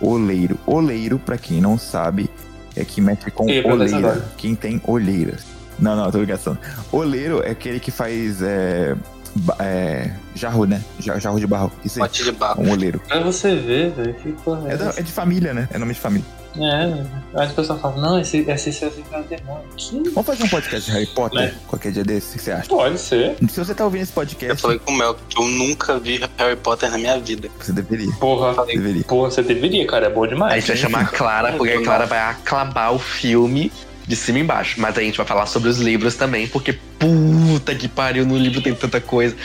Oleiro. Oleiro, pra quem não sabe, é que mexe com Ei, pergunta isso oleira. agora. Quem tem olheiras. Não, não, tô ligação. Oleiro é aquele que faz é, ba- é, jarro, né? Ja- Jarro de barro. Isso aí. Pote de barro. Um oleiro. Pra você ver, velho, que porra é É, da- essa? é de família, né? É nome de família. É, aí o pessoal fala, não, esse, esse seu significado é demônio. Que? Vamos fazer um podcast de Harry Potter qualquer dia desse? O que você acha? Pode ser. Se você tá ouvindo esse Eu podcast, falei com o Mel que eu nunca vi Harry Potter na minha vida. você deveria. Porra, Deveria. porra, você deveria, cara, é bom A demais. gente vai chamar a Clara, porque a Clara vai aclamar o filme de cima e embaixo. Mas a gente vai falar sobre os livros também, porque puta que pariu, no livro tem tanta coisa.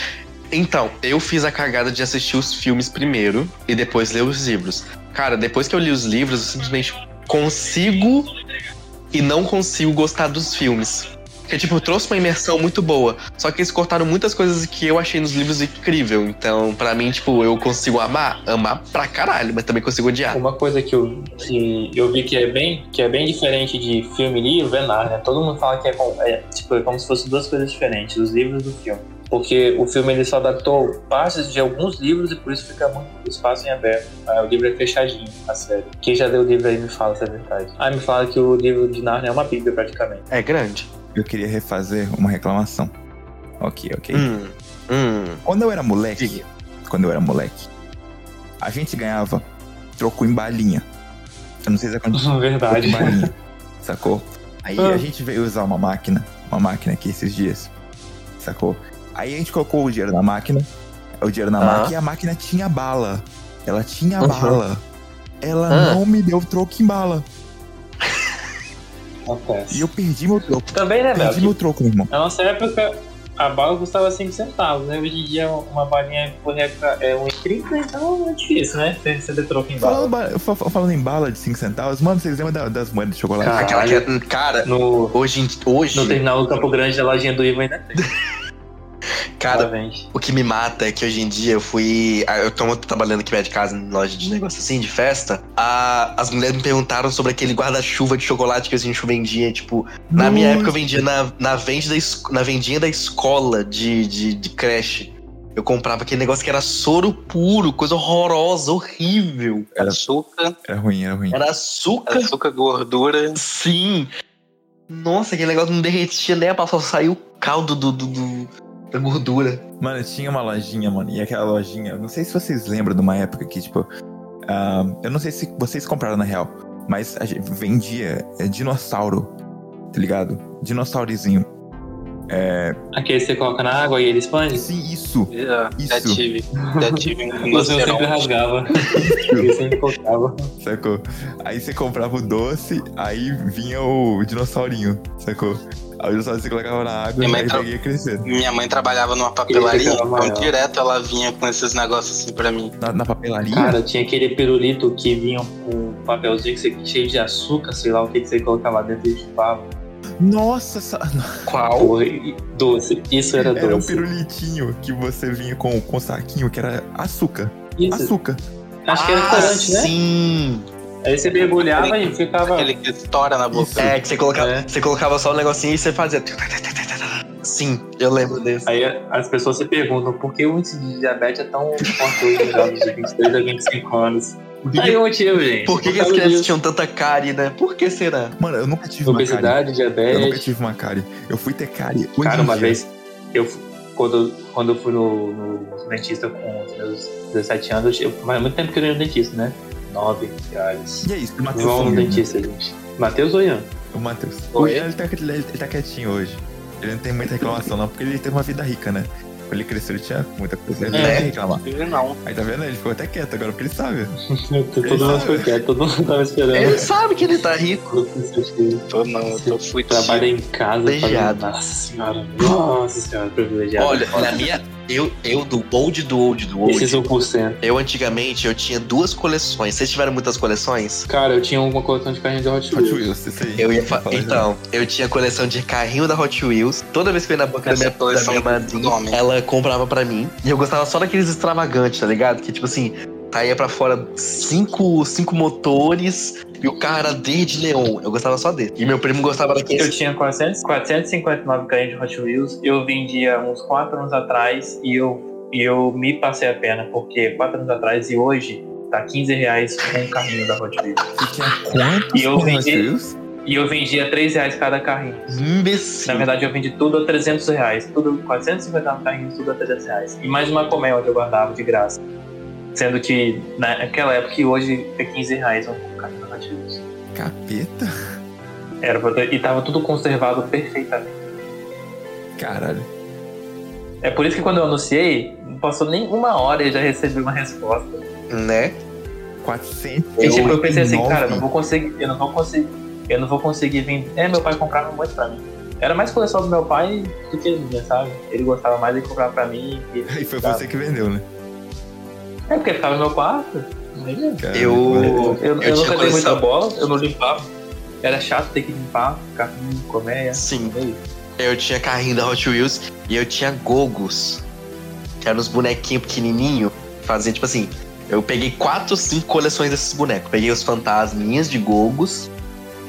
Então, eu fiz a cagada de assistir os filmes primeiro e depois ler os livros. Cara, depois que eu li os livros, eu simplesmente consigo e não consigo gostar dos filmes. Porque, tipo, trouxe uma imersão muito boa. Só que eles cortaram muitas coisas que eu achei nos livros incrível. Então, pra mim, tipo, eu consigo amar, amar pra caralho, mas também consigo odiar. Uma coisa que eu, que eu vi que é bem que é bem diferente de filme e livro é Narnia. Todo mundo fala que é, com- é, tipo, é como se fossem duas coisas diferentes, os livros do filme. Porque o filme ele só adaptou partes de alguns livros e por isso fica muito espaço em aberto. Ah, o livro é fechadinho, a série. Quem já leu o livro aí me fala se é verdade. Ah, me fala que o livro de Narnia é uma bíblia praticamente. É grande. Eu queria refazer uma reclamação. Ok, ok. Hum. Hum. Quando eu era moleque, Diga. quando eu era moleque, a gente ganhava troco em balinha. Eu não sei se é quando troco verdade. em balinha, sacou? Aí Ah. a gente veio usar uma máquina, uma máquina aqui esses dias, sacou? Aí a gente colocou o dinheiro na máquina, o dinheiro na Ah. máquina e a máquina tinha bala. Ela tinha Uhum. bala. Ela Ah. não me deu troco em bala. Acontece. E eu perdi meu troco. É Também, né, Mel? Perdi meu troco, meu irmão. Na nossa época, né, a bala custava 5 centavos, né? Hoje em dia, uma balinha correta é 1,30, então é difícil, né? Você você ter troco em Falando, bala. ba- fa- fa- falando em bala de 5 centavos, mano, vocês lembram da- das moedas de chocolate? Cara. Aquela que é. Cara, No, hoje. em- hoje no terminal do Campo Grande da Lajinha do Ivo ainda tem. cara, Parabéns. o que me mata é que hoje em dia eu fui. ah, Eu tô trabalhando aqui perto de casa, em loja de negócio assim, de festa. Ah, as mulheres me perguntaram sobre aquele guarda-chuva de chocolate que a gente vendia. Tipo, na minha Hum. época eu vendia na, na, vende da, es- na vendinha da escola de, de, de creche. Eu comprava aquele negócio que era soro puro, coisa horrorosa, horrível. Açúcar, Era ruim, era ruim. Era açúcar açúcar, gordura. Sim! Nossa, aquele negócio não derretia nem a passar, saiu o caldo do, do- do- da gordura. Mano, tinha uma lojinha, mano, e aquela lojinha, não sei se vocês lembram de uma época que, tipo, ah, eu não sei se vocês compraram na real, mas a gente vendia é, dinossauro, tá ligado? Dinossaurozinho. É, Aquele que você coloca na água e ele expande? sim, isso. Já, já Isso. tive. Já tive um Você sempre rinoceronte. rasgava. Eu sempre colocava. Sacou? Aí você comprava o doce, aí vinha o dinossaurinho, sacou? Aí o dinossauro você colocava na água Minha e mãe aí tra- ia crescendo. Minha mãe trabalhava numa papelaria, Ele ficava então maior. direto ela vinha com esses negócios assim pra mim. Na, na papelaria? Cara, tinha aquele pirulito que vinha com um papelzinho que você, cheio de açúcar, sei lá o que, que você colocava dentro e chupava. Nossa, essa- Qual? Porra, e- doce. Isso era era um doce. pirulitinho que você vinha com com um saquinho que era açúcar. Isso. Açúcar. Acho que era corante, né? Ah, Sim! Aí você mergulhava e ficava. Aquele que estoura na boca. É, que você colocava, É. você colocava só um negocinho e você fazia. Sim, eu lembro desse. Aí as pessoas se perguntam por que o índice de diabetes é tão forte hoje em jovens de 23 a 25 anos. Por que, Aí o motivo, gente. por que que as causa crianças disso. tinham tanta cárie, né? Por que será? Mano, eu nunca tive uma cárie. Obesidade, Eu nunca diabetes. tive uma cárie. Eu fui ter cárie. hoje Cara, em uma dia. vez, eu, fu- quando, quando eu fui no, no dentista com os meus 17 anos, eu, mas muito tempo que eu não ia no dentista, né? 9 reais. E é isso, o Matheus. Vão no sumiu, né? dentista, gente. Matheus Oian. O Matheus. Oi? Ele tá, ele- ele tá quietinho hoje. Ele não tem muita reclamação, não, porque ele teve uma vida rica, né? ele cresceu, ele tinha muita coisa. Ele É. não ia reclamar. Ele não. Aí tá vendo? Ele ficou até quieto agora porque ele sabe. Todo mundo tá- foi quieto, todo mundo tava Ele esperando. sabe que ele tá rico. Tô não, eu tô fui Trabalha em casa. Beijado. fazendo- Nossa senhora. Nossa senhora, privilegiado. Olha, na minha. Eu, eu do old do old do old. Esses 1%. Eu antigamente eu tinha duas coleções. Vocês tiveram muitas coleções? Cara, eu tinha uma coleção de carrinho de Hot Hot Wheels. Wheels, isso aí. Eu ia fa- Fala, Então, eu tinha coleção de carrinho da Hot Wheels. Toda vez que eu ia na banca da Essa minha, é a coleção da minha do madrinha, homem. ela comprava pra mim. E eu gostava só daqueles extravagantes, tá ligado? Que tipo assim, saía pra fora cinco, cinco motores e o carro era verde leão. Eu gostava só dele. E meu primo gostava Eu daqueles. tinha 400, 459 carrinhos de Hot Wheels. Eu vendia uns 4 anos atrás e eu, e eu me passei a pena, porque 4 anos atrás e hoje tá 15 reais um carrinho da Hot Wheels. Você tinha quantos E eu Hot vendi- Wheels? E eu vendia 3 reais cada carrinho. Na Imbecil. verdade, eu vendi tudo a 300 reais. Tudo, 459 carrinhos, tudo a 300 reais. E mais uma colmeia onde eu guardava de graça. Sendo que né, naquela época e hoje é 15 reais um carrinho da Hot Wheels. Capeta? Era pra ter- e tava tudo conservado perfeitamente. Caralho. É por isso que quando eu anunciei, não passou nem uma hora e eu já recebi uma resposta. Né? 400. E tipo, eu pensei assim, cara, eu não vou conseguir, eu não vou conseguir, eu não vou conseguir vir. É, meu pai comprava um monte pra mim. Era mais coleção do meu pai do que minha, sabe? Ele gostava mais de comprar pra mim. E... E foi Tá. você que vendeu, né? É porque ficava no meu quarto. Cara, Eu. Eu, eu, nunca dei tinha muita coleção- bola, eu não limpava. Era chato ter que limpar, carrinho, colmeia. Sim. meio. Eu tinha carrinho da Hot Wheels e eu tinha Gogos. Que eram uns bonequinhos pequenininhos. Fazia tipo assim. Eu peguei quatro, cinco coleções desses bonecos. Peguei os fantasminhas de Gogos.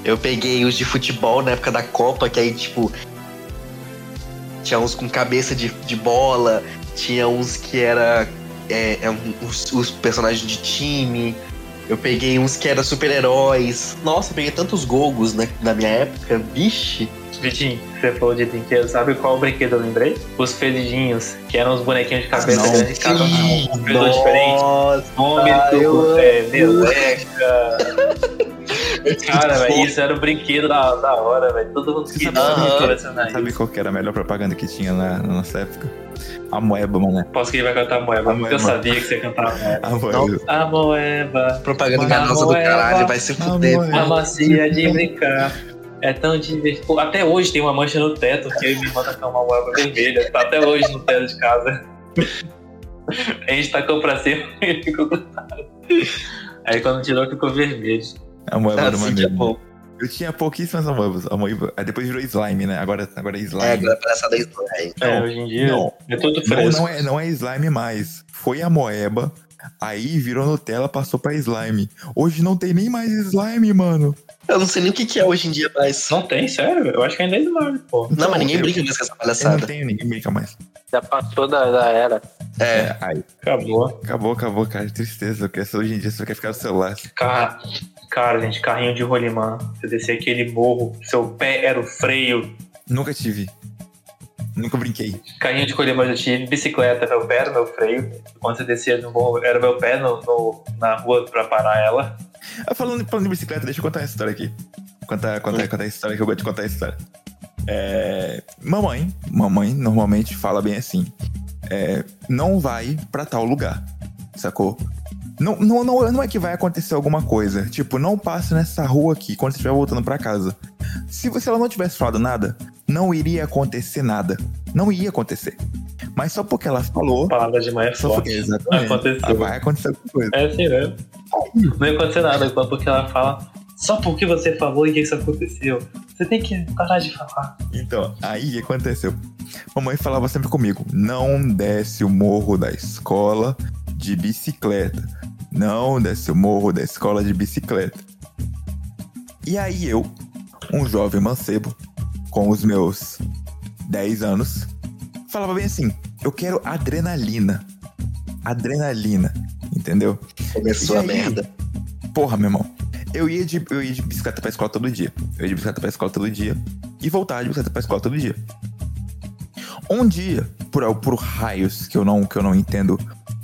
Eu peguei os de futebol na época da Copa, que aí, tipo. Tinha uns com cabeça de, de bola. Tinha uns que era. É, é um- os, os personagens de time. Eu peguei uns que eram super-heróis. Nossa, eu peguei tantos Gogos na, na minha época. Vixe. Vitinho, você falou de brinquedo, sabe qual brinquedo eu lembrei? Os felidinhos, que eram os bonequinhos de cabeça Não. grande, cada um com um pelo diferente. Nossa, Vômito, eu é, meleca. Cara, velho, isso era o brinquedo da, da hora, velho. Todo mundo queria Aham. colecionar isso. assim, né? Sabe qual que era a melhor propaganda que tinha na, na nossa época? A Moeba, mano. Posso que ele vai cantar Moeba, porque Moeba. eu sabia que você cantava Moeba. A Moeba. A Moeba, propaganda Manoel, enganosa do caralho, ela- vai se Não, fuder. não é. assim? a macia de brincar. É tão divertido. Pô, Até hoje tem uma mancha no teto que eu e minha irmã tá com uma moeba vermelha. Tá até hoje no teto de casa. A gente tacou pra cima e ficou grudado. Aí quando tirou ficou vermelho. A Moeba era Assim que é maneiro. bom. Eu tinha pouquíssimas amoebas. amoeba. Aí depois virou slime, né? Agora, agora é É, slime. agora parece da Slime. Não, É, hoje em dia não. é tudo não, fresco. não é, não é slime mais. Foi a moeba. Aí virou Nutella, passou pra slime. Hoje não tem nem mais slime, mano. Eu não sei nem o que, que é hoje em dia mais. Não tem, sério? Eu acho que ainda é Smart, pô. Não, mas ninguém eu- brinca mais com essa Eu não palhaçada. tenho, ninguém brinca mais. Já passou da, da era. É, Aí, Acabou. acabou, acabou, cara. Tristeza. Porque essa- hoje em dia você só quer ficar no celular. Cara, cara, gente, carrinho de rolimã. Você descia aquele morro, seu pé era o freio. Nunca tive. Nunca brinquei. Carrinho de rolimã eu tive, bicicleta, meu pé era meu freio. Quando você descia no morro, era meu pé no, no- na rua pra parar ela. Ah, falando, falando de bicicleta, deixa eu contar uma história aqui. Contar, contar, contar a história que eu gosto de contar a história. É, mamãe, mamãe normalmente fala bem assim: é, não vai pra tal lugar, sacou? Não, não, não, não é que vai acontecer alguma coisa. Tipo, não passe nessa rua aqui quando você estiver voltando pra casa. Se, você- se ela não tivesse falado nada, não iria acontecer nada. Não ia acontecer. Mas só porque ela falou. Palavra de mãe é Só porque, forte. exatamente. Ah, Aconteceu. Vai acontecer alguma coisa. É assim mesmo. Não ia acontecer nada, porque ela fala só porque você falou e que isso aconteceu. Você tem que parar de falar. Então, aí o que aconteceu? Mamãe falava sempre comigo: não desce o morro da escola de bicicleta. Não desce o morro da escola de bicicleta. E aí eu, um jovem mancebo, com os meus 10 anos, falava bem assim: eu quero adrenalina. Adrenalina, entendeu? começou E a aí? merda. Porra, meu irmão. Eu ia, de, eu ia de bicicleta pra escola todo dia. Eu ia de bicicleta pra escola todo dia. E voltava de bicicleta pra escola todo dia. Um dia, por, al- por raios que eu, não, que eu não entendo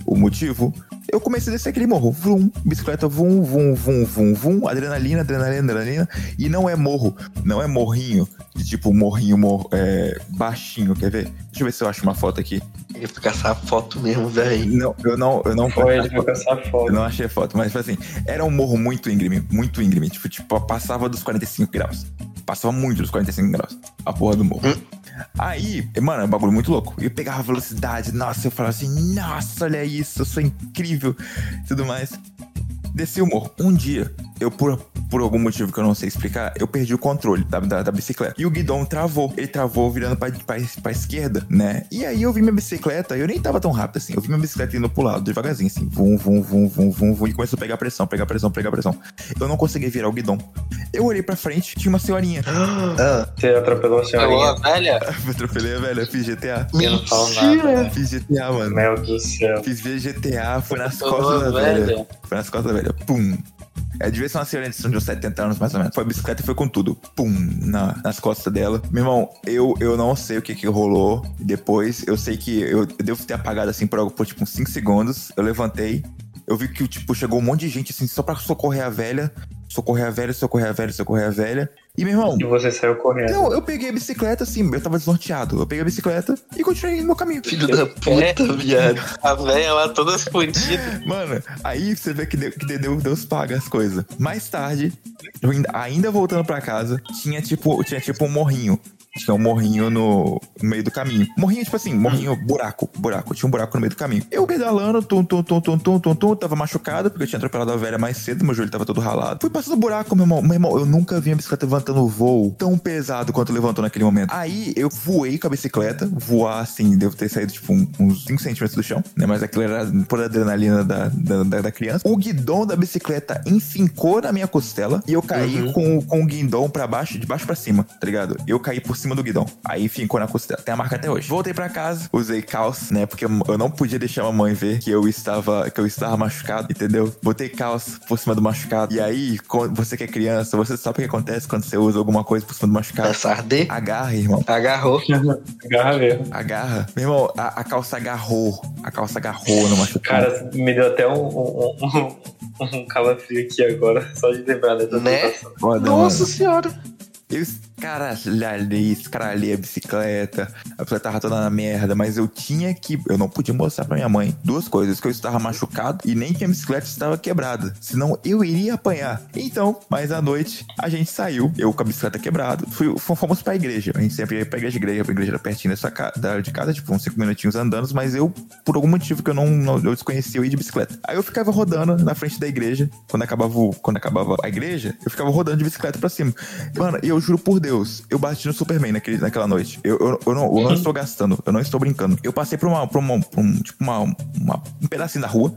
o motivo, Eu comecei a descer aquele morro. Vum, bicicleta, vum, vum, vum, vum, vum. Adrenalina, adrenalina, adrenalina. E não é morro. Não é morrinho. De tipo, morrinho, morro, é, baixinho. Quer ver? Deixa eu ver se eu acho uma foto aqui. Eu ia caçar foto mesmo, velho. Não, eu não, eu não Olha, ele vai caçar eu foto. não achei foto, mas tipo assim, era um morro muito íngreme, muito íngreme. Tipo, tipo, passava dos 45 graus. Passava muito dos 45 graus. A porra do morro. Hum. Aí, mano, é um bagulho muito louco. Eu pegava velocidade, nossa, eu falava assim, nossa, olha isso, eu sou incrível e tudo mais. Desci o morro. Um dia, eu, por, por algum motivo que eu não sei explicar, eu perdi o controle da, da, da bicicleta. E o guidão travou. Ele travou virando pra, pra, pra esquerda, né? E aí eu vi minha bicicleta, eu nem tava tão rápido assim. Eu vi minha bicicleta indo pro lado, devagarzinho, assim. Vum, vum, vum, vum, vum, vum. E começou a pegar pressão, pegar pressão, pegar pressão. Eu não consegui virar o guidão. Eu olhei pra frente, tinha uma senhorinha. Ah, Você atropelou a senhorinha. Alô, velha? Eu atropelei a velha, fiz GTA. Eu não falo nada. né? Fiz GTA, mano. Meu Deus do céu. Fiz GTA, foi nas Ô, costas da velha. velho. Foi nas costas da velha. Pum. É, devia ser uma senhora de uns 70 anos, mais ou menos. Foi a bicicleta e foi com tudo. Pum, na- nas costas dela. Meu irmão, eu, eu não sei o que que rolou. Depois, eu sei que eu, eu devo ter apagado, assim, por, algo- por, tipo, uns 5 segundos. Eu levantei. Eu vi que, tipo, chegou um monte de gente, assim, só pra socorrer a velha. Socorrer a velha, socorrer a velha, socorrer a velha. E, meu irmão... E você saiu correndo. Não, eu peguei a bicicleta, assim, eu tava desnorteado. Eu peguei a bicicleta e continuei no meu caminho. filho da puta, viado. A velha lá toda fodida. Mano, aí você vê que, deu, que deu, Deus paga as coisas. Mais tarde, eu ainda, ainda voltando pra casa, tinha tipo, tinha tipo um morrinho. Tinha um morrinho no, no meio do caminho. Morrinho, tipo assim, morrinho, buraco, buraco. Tinha um buraco no meio do caminho. Eu pedalando, tum, tum, tum, tum, tum, tum, tum. Tava machucado, porque eu tinha atropelado a velha mais cedo, meu joelho tava todo ralado. Fui passando o buraco, meu irmão. Meu irmão, eu nunca vi a bicicleta levantando o voo tão pesado quanto levantou naquele momento. Aí eu voei com a bicicleta, voar assim, devo ter saído tipo um- uns 5 centímetros do chão, né? Mas aquilo era por adrenalina da, da, da- da criança. O guidão da bicicleta enfincou na minha costela e eu caí com, o- com o guidão pra baixo, de baixo pra cima, tá ligado? Eu caí por cima do guidão. Aí enfincou na costela. Tem a marca até hoje. Voltei pra casa, usei calça, né? Porque eu não podia deixar a mamãe ver que eu estava, que eu estava machucado, entendeu? Botei calça por cima do machucado. E aí, quando você que é criança, você sabe o que acontece quando você usa alguma coisa por cima do machucado. Essa arde Agarra, irmão. agarrou. Agarra mesmo. Agarra. Meu irmão, a, a calça agarrou. A calça agarrou no machucado. Cara, me deu até um, um, um, um calafrio aqui agora, só de lembrar dessa Né? situação. Foda, Nossa mano. senhora. Eu escaralhei, escaralhei a bicicleta. A bicicleta tava toda na merda, mas eu tinha que. Eu não podia mostrar pra minha mãe duas coisas: que eu estava machucado e nem que a bicicleta estava quebrada. Senão eu iria apanhar. Então, mas à noite, a gente saiu. Eu com a bicicleta quebrada. Fui, f- fomos pra igreja. A gente sempre ia pra igreja, igreja, pra igreja era pertinho da sua ca- da- de casa, tipo, uns cinco minutinhos andando, mas eu, por algum motivo que eu não, não- eu desconhecia, eu ia de bicicleta. Aí eu ficava rodando na frente da igreja. Quando acabava, o- quando acabava a igreja, eu ficava rodando de bicicleta pra cima. Mano, e eu juro por Deus, eu bati no Superman naquele, naquela noite. Eu, eu, eu não, eu não estou gastando, eu não estou brincando. Eu passei por uma, por uma, por um, tipo uma, uma- um pedacinho da rua,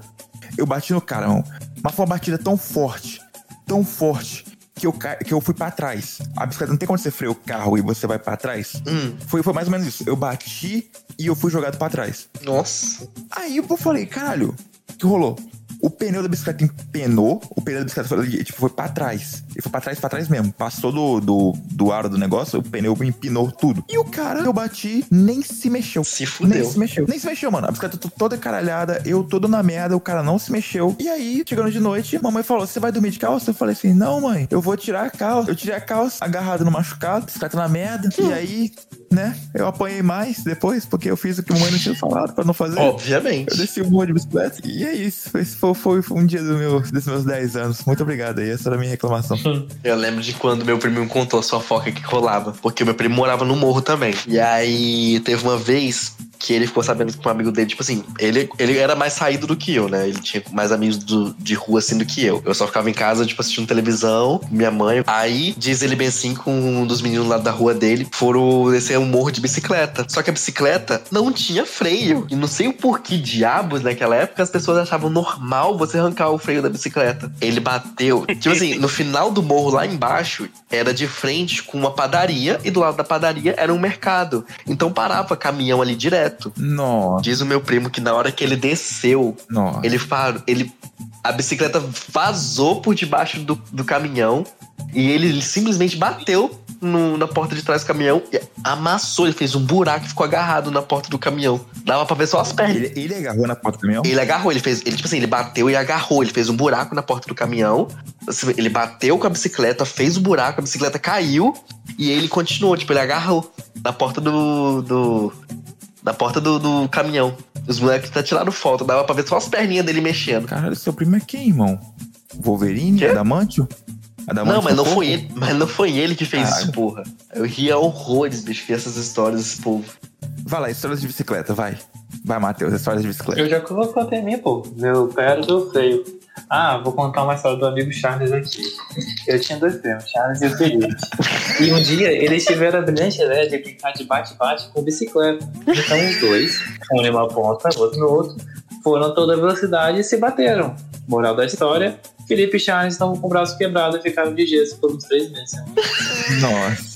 eu bati no cara, mano. Mas foi uma batida tão forte, tão forte, que eu, ca- que eu fui pra trás. A bicicleta não tem como você frear o carro e você vai pra trás. Hum, Foi, foi mais ou menos isso. Eu bati e eu fui jogado pra trás. nossa. Aí eu falei, caralho, o que rolou? O pneu da bicicleta empenou, o pneu da bicicleta foi, tipo, foi pra trás. Ele foi pra trás, pra trás mesmo. Passou do, do, do aro do negócio, o pneu empinou tudo. E o cara, eu bati, nem se mexeu. Se Nem fudeu. se mexeu. Nem se mexeu, mano. A bicicleta t- toda caralhada, eu todo na merda, o cara não se mexeu. E aí, chegando de noite, mamãe falou: Você vai dormir de calça? Eu falei assim: Não, mãe, eu vou tirar a calça. Eu tirei a calça, agarrado no machucado, bicicleta na merda. E aí, né, eu apanhei mais depois, porque eu fiz o que a mãe não tinha falado pra não fazer. Eu Obviamente. desci o morro de bicicleta. E é isso. Esse foi, foi- foi um dia do meu, dos meus 10 anos. Muito obrigado aí. Essa era a minha reclamação. Eu lembro de quando meu primo me contou a fofoca que rolava. Porque meu primo morava no morro também. E aí teve uma vez que ele ficou sabendo que um amigo dele, tipo assim, ele, ele era mais saído do que eu, né? Ele tinha mais amigos do- de rua assim do que eu. Eu só ficava em casa, tipo, assistindo televisão, com minha mãe. Aí, diz ele bem assim, com um dos meninos lá da rua dele, foram descer um morro de bicicleta. Só que a bicicleta não tinha freio. E não sei o porquê diabos naquela época as pessoas achavam normal você arrancar o freio da bicicleta. Ele bateu. Tipo assim, no final do morro lá embaixo, era de frente com uma padaria e do lado da padaria era um mercado. Então parava caminhão ali direto. Nossa, Diz o meu primo que na hora que ele desceu, nossa. ele parou, ele a bicicleta vazou por debaixo do, do caminhão e ele simplesmente bateu no- na porta de trás do caminhão e amassou. Ele fez um buraco e ficou agarrado na porta do caminhão. Dava pra ver só as pernas. Ele, ele agarrou na porta do caminhão? Ele agarrou, ele fez. Ele, tipo assim, ele bateu e agarrou. Ele fez um buraco na porta do caminhão. Você vê, Ele bateu com a bicicleta, fez um buraco, a bicicleta caiu e ele continuou, tipo, ele agarrou na porta do. do na porta do, do caminhão. Os moleques tá tirando foto, dava pra ver só as perninhas dele mexendo. Caralho, seu primo é quem, irmão? Wolverine? Quê? Adamantio? Adamantio não, mas não, Socorro? foi ele, mas não foi ele que fez Ah. isso, porra. Eu ria horrores, bicho, ver essas histórias desse povo. Vai lá, histórias de bicicleta, vai. Vai, Matheus, histórias de bicicleta. Eu já coloquei até mim, pô. Eu quero do freio. Ah, vou contar uma história do amigo Charles aqui. Eu tinha dois primos, Charles e o Felipe. E um dia eles tiveram a brilhante ideia de brincar de bate-bate com bicicleta. Então os dois, um em uma ponta, outro no outro, foram a toda velocidade e se bateram. Moral da história, Felipe e Charles estavam com o braço quebrado e ficaram de gesso por uns três meses. Nossa.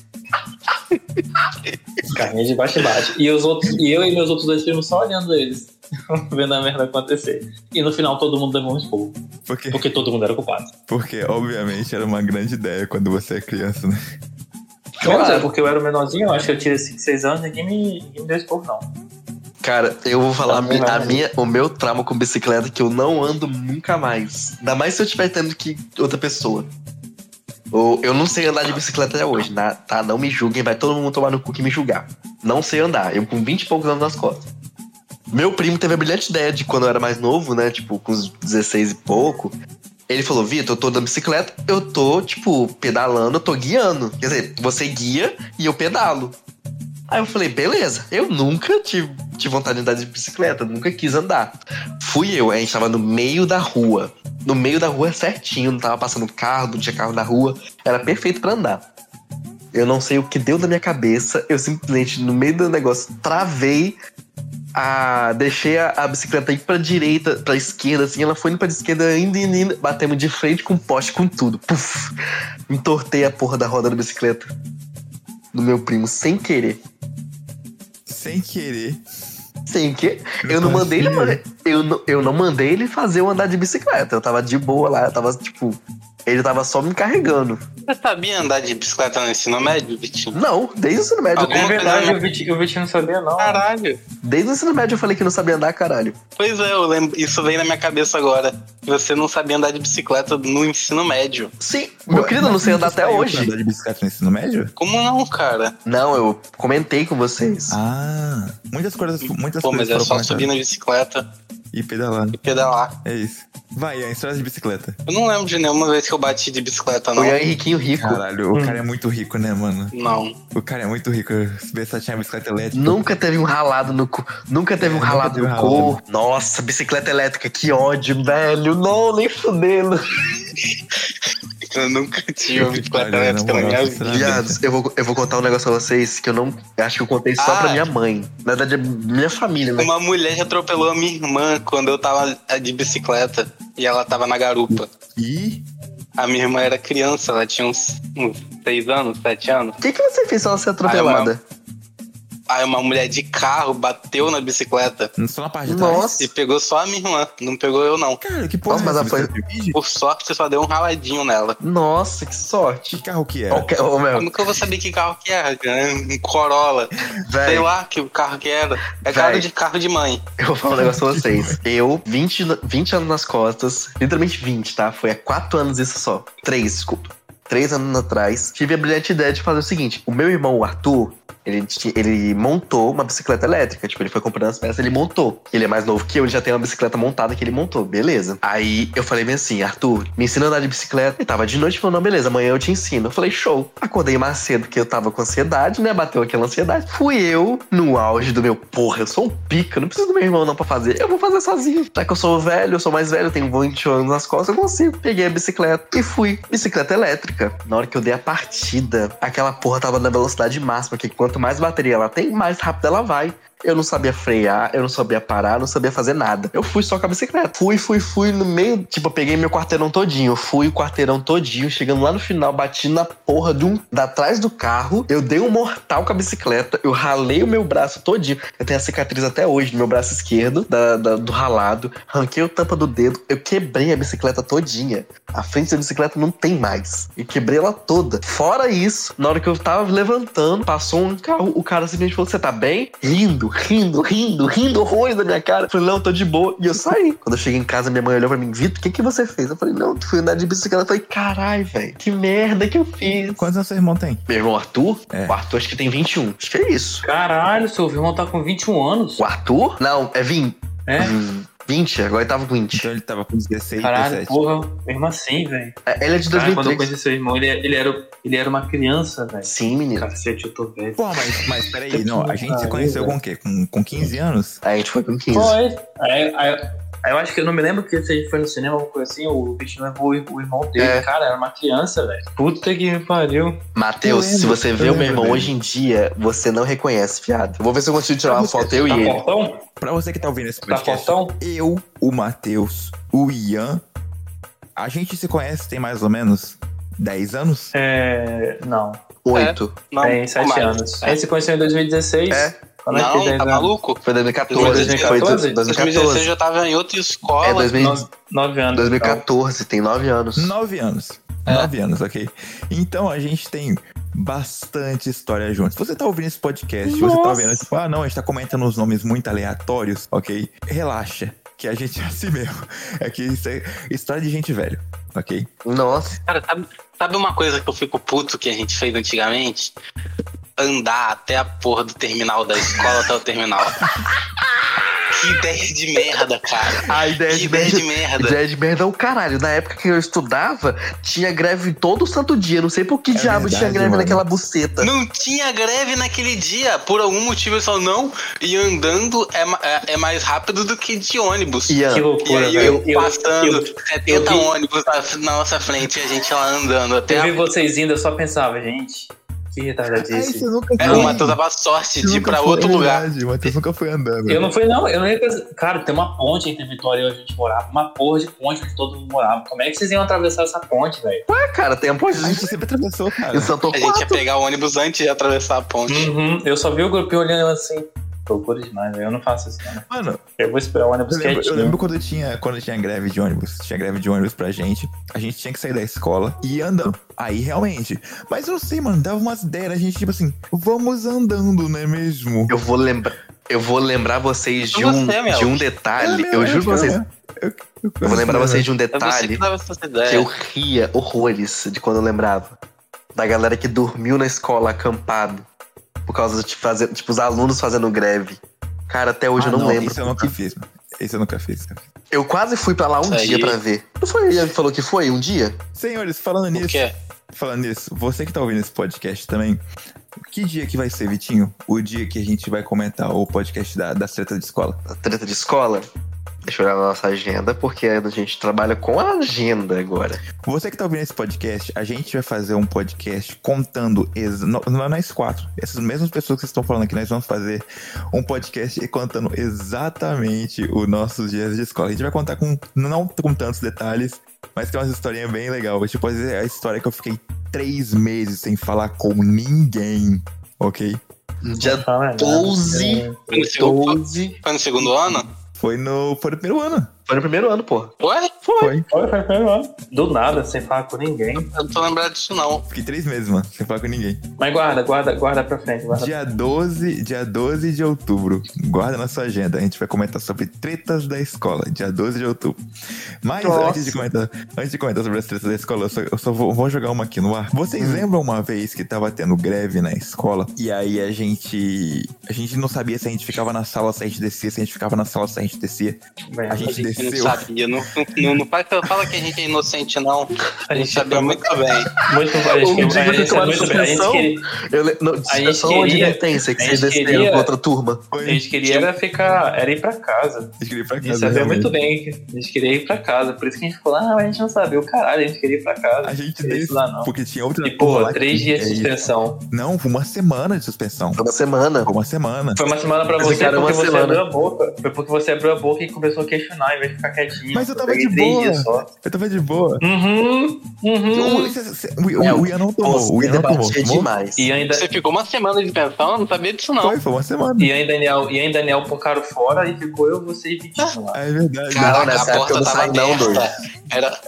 Carrinha de bate-bate. E, os outros- e eu e meus outros dois primos só olhando eles, vendo a merda acontecer. E no final todo mundo levou um esporro. Porque, Porque todo mundo era culpado. porque, obviamente, era uma grande ideia quando você é criança, né? Claro. Claro, porque eu era o menorzinho, eu acho que eu tinha 5, 6 anos, ninguém me, ninguém me deu esporro, não. Cara, eu vou falar a mi- Tá bom, a né? minha, o meu trauma com bicicleta é que eu não ando nunca mais. Ainda mais se eu estiver tendo que outra pessoa. Ou eu não sei andar de bicicleta até hoje, na- tá? Não me julguem, vai todo mundo tomar no cu que me julgar. Não sei andar, eu com 20 e poucos anos nas costas. Meu primo teve a brilhante ideia de quando eu era mais novo, né? Tipo, com uns 16 e pouco. Ele falou, Vitor, eu tô andando de bicicleta, eu tô, tipo, pedalando, eu tô guiando. Quer dizer, você guia e eu pedalo. Aí eu falei, beleza, eu nunca tive, tive vontade de andar de bicicleta, nunca quis andar. Fui eu, a gente tava no meio da rua. No meio da rua é certinho, não tava passando carro, não tinha carro na rua, era perfeito pra andar. Eu não sei o que deu na minha cabeça, eu simplesmente, no meio do negócio, travei, a, deixei a, a bicicleta ir pra direita, pra esquerda, assim, ela foi indo pra esquerda, indo, indo, indo, batemos de frente com o poste, com tudo. Puf! Entortei a porra da roda da bicicleta do meu primo, sem querer. Sem querer. Sem que eu não mandei ele, Confia. eu não, eu não mandei ele fazer eu andar de bicicleta. Eu tava de boa lá, eu tava tipo, ele tava só me carregando. Você sabia andar de bicicleta no ensino médio, Vitinho? Não, desde o ensino médio, Algum- É É verdade, verdade, o Vitinho, não sabia, não. Caralho. desde o ensino médio eu falei que não sabia andar, caralho. Pois é, eu lembro, isso veio na minha cabeça agora. Você não sabia andar de bicicleta no ensino médio. Sim, meu Ué, querido, eu não mas sei você andar até saiu pra hoje. Andar de bicicleta no ensino médio? Como não, cara? Não, eu comentei com vocês. Ah, muitas coisas, muitas Pô, coisas mas é foram só comentadas. subir na bicicleta E pedalar, e pedalar. é isso. Vai, a história de bicicleta. Eu não lembro de nenhuma vez que eu bati de bicicleta, não. Foi o Henriquinho Rico. Caralho, o cara é muito rico, né, mano? Não. O cara é muito rico. Se pensar tinha bicicleta elétrica. Nunca teve um ralado no cu. Nunca teve um É, Nunca ralado teve no ralado. corpo. Nossa, bicicleta elétrica, que ódio, velho. Não, nem fudendo. Eu nunca tive uma Que bicicleta pariu, elétrica na moral, minha vida. sinceramente. Viados, eu vou, eu vou contar um negócio pra vocês que eu não. Acho que eu contei só Ah. pra minha mãe. Na verdade, é minha família, né? Uma mulher atropelou a minha irmã quando eu tava eh, de bicicleta e ela tava na garupa. E A minha irmã era criança, ela tinha uns, uns seis anos, sete anos. O que, que você fez pra Ah, ela ser atropelada? Aí uma mulher de carro bateu na bicicleta só na parte de trás. e Nossa, pegou só a minha irmã, não pegou eu não. Cara, que porra Nossa, mas é ela foi- essa? Bicicleta de vídeo? Por sorte, só deu um raladinho nela. nossa, que Que sorte. carro É. que era? Qualquer, ô, meu, Como que eu vou saber que carro que era? cara? Um Corolla. Sei velho, lá que carro que era. É carro Véi. de carro de mãe. eu vou falar um negócio pra vocês. Eu, 20, na- 20 anos nas costas, literalmente 20, tá? Foi há 4 anos isso só. 3, desculpa. 3 anos atrás, tive a brilhante ideia de fazer o seguinte: o meu irmão, o Arthur, ele, ti- ele montou uma bicicleta elétrica. Tipo, ele foi comprando as peças, ele montou. Ele é mais novo que eu, ele já tem uma bicicleta montada que ele montou, beleza. Aí eu falei bem assim, Arthur, me ensina a andar de bicicleta. E tava de noite, falou, não, beleza, amanhã eu te ensino. Eu falei, show. Acordei mais cedo porque eu tava com ansiedade, né? Bateu aquela ansiedade. Fui eu no auge do meu, porra, eu sou um pica, não preciso do meu irmão não pra fazer. Eu vou fazer sozinho. Já que eu sou velho, eu sou mais velho, eu tenho 20 anos nas costas, eu consigo. Peguei a bicicleta e fui. Bicicleta elétrica. Na hora que eu dei a partida, aquela porra tava na velocidade máxima, que quanto mais bateria ela tem, mais rápido ela vai. Eu não sabia frear, eu não sabia parar, eu não sabia fazer nada. Eu fui só com a bicicleta. Fui, fui, fui no meio. Tipo, eu peguei meu quarteirão todinho. Eu fui o quarteirão todinho. Chegando lá no final, bati na porra de um. Da trás do carro. Eu dei um mortal com a bicicleta. Eu ralei o meu braço todinho. Eu tenho a cicatriz até hoje no meu braço esquerdo, da- da- do ralado. Ranquei o tampa do dedo. Eu quebrei a bicicleta todinha. A frente da bicicleta não tem mais. E quebrei ela toda. Fora isso, na hora que eu tava levantando, passou um carro, o cara simplesmente falou: Você tá bem? Rindo, rindo, rindo, rindo horrores da minha cara. Eu falei: Não, tô de boa. E eu saí. Quando eu cheguei em casa, minha mãe olhou pra mim: Vitor, o que, que você fez? Eu falei: Não, fui andar de bicicleta. Eu falei: Caralho, velho, que merda que eu fiz. Quantos anos seu irmão tem? Meu irmão Arthur? É. O Arthur acho que tem 21. Acho que é isso. Caralho, seu irmão tá com 21 anos. O Arthur? Não, é 20. É? Hum, 20, agora ele tava com 20. Então ele tava com 16, Caralho, 17. porra, mesmo assim, velho. É, Ele é de Cara, quando eu 2003. conheci seu irmão, ele, ele era, ele era uma criança, velho. Sim, menino. Cacete, eu tô velho. Porra, mas, mas peraí, não, a gente se conheceu com o quê? Com, com 15 anos? Aí a gente foi com 15. Foi. Aí, aí- aí é, eu acho que eu não me lembro que se a gente foi no cinema, alguma coisa assim, o bicho levou o, o irmão dele. É. Cara, era uma criança, velho. Puta que pariu. Matheus, Eu lembro, se você eu vê o meu lembro irmão dele. hoje em dia, você não reconhece, fiado. Eu Vou ver se eu consigo tirar uma foto, eu e Tá ele. fortão? Pra você que tá ouvindo esse Tá podcast, fortão? eu, o Matheus, o Ian, a gente se conhece tem mais ou menos 10 anos? É. Não. Oito. Não, tem 7 mais. anos. A gente se conheceu em 2016. É. Quando a gente Não, tem tá 10 anos. maluco? Foi 2014. Foi 2014? 2016 eu 2014. já tava em outra escola. É 2000 9 anos. 2014, tem nove anos. 9 anos. É. 9 anos, ok? Então a gente tem bastante história juntos. Você tá ouvindo esse podcast, você tá Nossa. vendo, tipo, ah, não, a gente tá comentando uns nomes muito aleatórios, ok? Relaxa, que a gente é assim mesmo. É que isso é história de gente velha, ok? Nossa. Cara, sabe, sabe uma coisa que eu fico puto que a gente fez antigamente? Andar até a porra do terminal da escola até o terminal. Que ideia de merda, cara. A ideia Que de ideia de merda. merda. Ideia de merda é o caralho. Na época que eu estudava, tinha greve todo santo dia. Não sei por que É diabo tinha verdade, greve mano. naquela buceta. Não tinha greve naquele dia. Por algum motivo eu só não. E andando é, ma- é- é mais rápido do que de ônibus. Ian, Que E loucura, aí né? velho. eu, Eu, passando eu- 70 vi- ônibus na, na nossa frente e a gente lá andando até eu vi a... vocês indo, eu só pensava, gente, que retardadice. É, nunca É, O Matheus dava sorte de ir pra outro lugar. O Matheus nunca foi andando. Eu não fui, não. Eu não ia pensar. Cara, tem uma ponte entre Vitória e onde a gente morava. Uma porra de ponte onde todo mundo morava. Como é que vocês iam atravessar essa ponte, velho? Ué, Ah, cara, tem a ponte A de gente sempre atravessou, cara. em Santo A gente ia pegar o ônibus antes de atravessar a ponte. Uhum. Eu só vi o grupinho olhando assim. Loucura demais, velho. Eu não faço isso, não. Mano, Eu vou esperar o ônibus Eu lembro, eu quietinho. né? lembro quando tinha, quando tinha greve de ônibus. Tinha greve de ônibus pra gente. A gente tinha que sair da escola e ir andando. Aí realmente. Mas eu não sei, mano. Dava umas ideias. A gente, tipo assim, vamos andando, não é mesmo? Eu vou lembrar. Eu vou lembrar vocês de É um, você, Mel. de um É, detalhe. meu, eu é, juro pra cara, vocês. é. Eu, eu- né? Eu vou lembrar vocês de um É você que detalhe dava essas que eu ideias. ria horrores de quando eu lembrava. Da galera que dormiu na escola acampado. Por causa de fazer, tipo, os alunos fazendo greve. Cara, até hoje Ah, eu não, lembro. Isso eu nunca fiz, mano. Isso eu nunca fiz. cara. Eu quase fui pra lá um Isso aí. dia pra ver. Não foi ele que falou que foi? Um dia? Senhores, falando O nisso. quê? Falando nisso, você que tá ouvindo esse podcast também, que dia que vai ser, Vitinho? O dia que a gente vai comentar o podcast da, da treta de escola. A treta de escola? Deixa eu olhar na nossa agenda, porque a gente trabalha com a agenda agora. Você que tá ouvindo esse podcast, a gente vai fazer um podcast contando. ex- Não não é nós quatro, essas mesmas pessoas que vocês estão falando aqui, nós vamos fazer um podcast e contando exatamente os nossos dias de escola. A gente vai contar com. Não com tantos detalhes, mas tem umas historinhas bem legais. Tipo, a história que eu fiquei três meses sem falar com ninguém, ok? Dia Fala, né? 12. Foi no segundo, 12. foi no segundo ano? Foi no, foi no primeiro ano. Foi no primeiro ano, pô. Ué? Foi. Foi, foi, foi, mano. Do nada, sem falar com ninguém. Eu não tô lembrado disso, não. Fiquei três meses, mano, sem falar com ninguém. Mas guarda, guarda, guarda pra frente. Guarda. Dia 12, dia 12 de outubro. Guarda na sua agenda. A gente vai comentar sobre tretas da escola. Dia 12 de outubro. Mas Nossa. antes de, comentar, antes de comentar sobre as tretas da escola, eu só, eu só vou, vou jogar uma aqui no ar. Hum. Vocês lembram uma vez que tava tendo greve na escola? E aí a gente. A gente não sabia se a gente ficava na sala, se a gente descia, se a gente ficava na sala, se a gente descia. Bem, A gente que não cresceu. sabia. Não, não, não fala, fala que a gente é inocente, não. A A gente gente tá sabia muito bem. Muito a gente- Um dia a você gente- tomar muito bem, a gente suspensão? queria- Eu le- não, é A gente só uma queria- advertência que a vocês gente desceram queria- com outra turma. a gente queria era ficar, era ir pra casa. Escrevi pra A casa, gente sabia realmente. é muito bem que a gente queria ir pra casa. Por isso que a gente falou, ah, mas a gente não sabia o caralho, a gente queria ir pra casa. A gente Não é desce, isso lá, não. porque tinha outra E, turma pô, lá três que- dias de é isso. suspensão. Não, foi uma semana de suspensão. Foi uma semana. Foi uma semana. Foi uma semana pra Mas, você cara, é porque uma você semana. abriu a boca. Foi porque você abriu a boca e começou a questionar em vez de ficar quietinho. Mas eu tava peguei de três boa. dias só. Eu tava de boa. Uhum, O, uhum. Ulisses- cê- o- o- É, o Ian não tomou. O Você Ian não tomou. debatia Tomou? demais. E ainda, Você ficou uma semana de pensão? Eu não sabia disso, não. Foi, foi uma semana. e ainda Daniel, e ainda Daniel pocaram fora e ficou eu, você e Vitinho lá. É verdade. Cara, Caraca, nessa a época eu porta não tava saí não, doido. aberta. Era,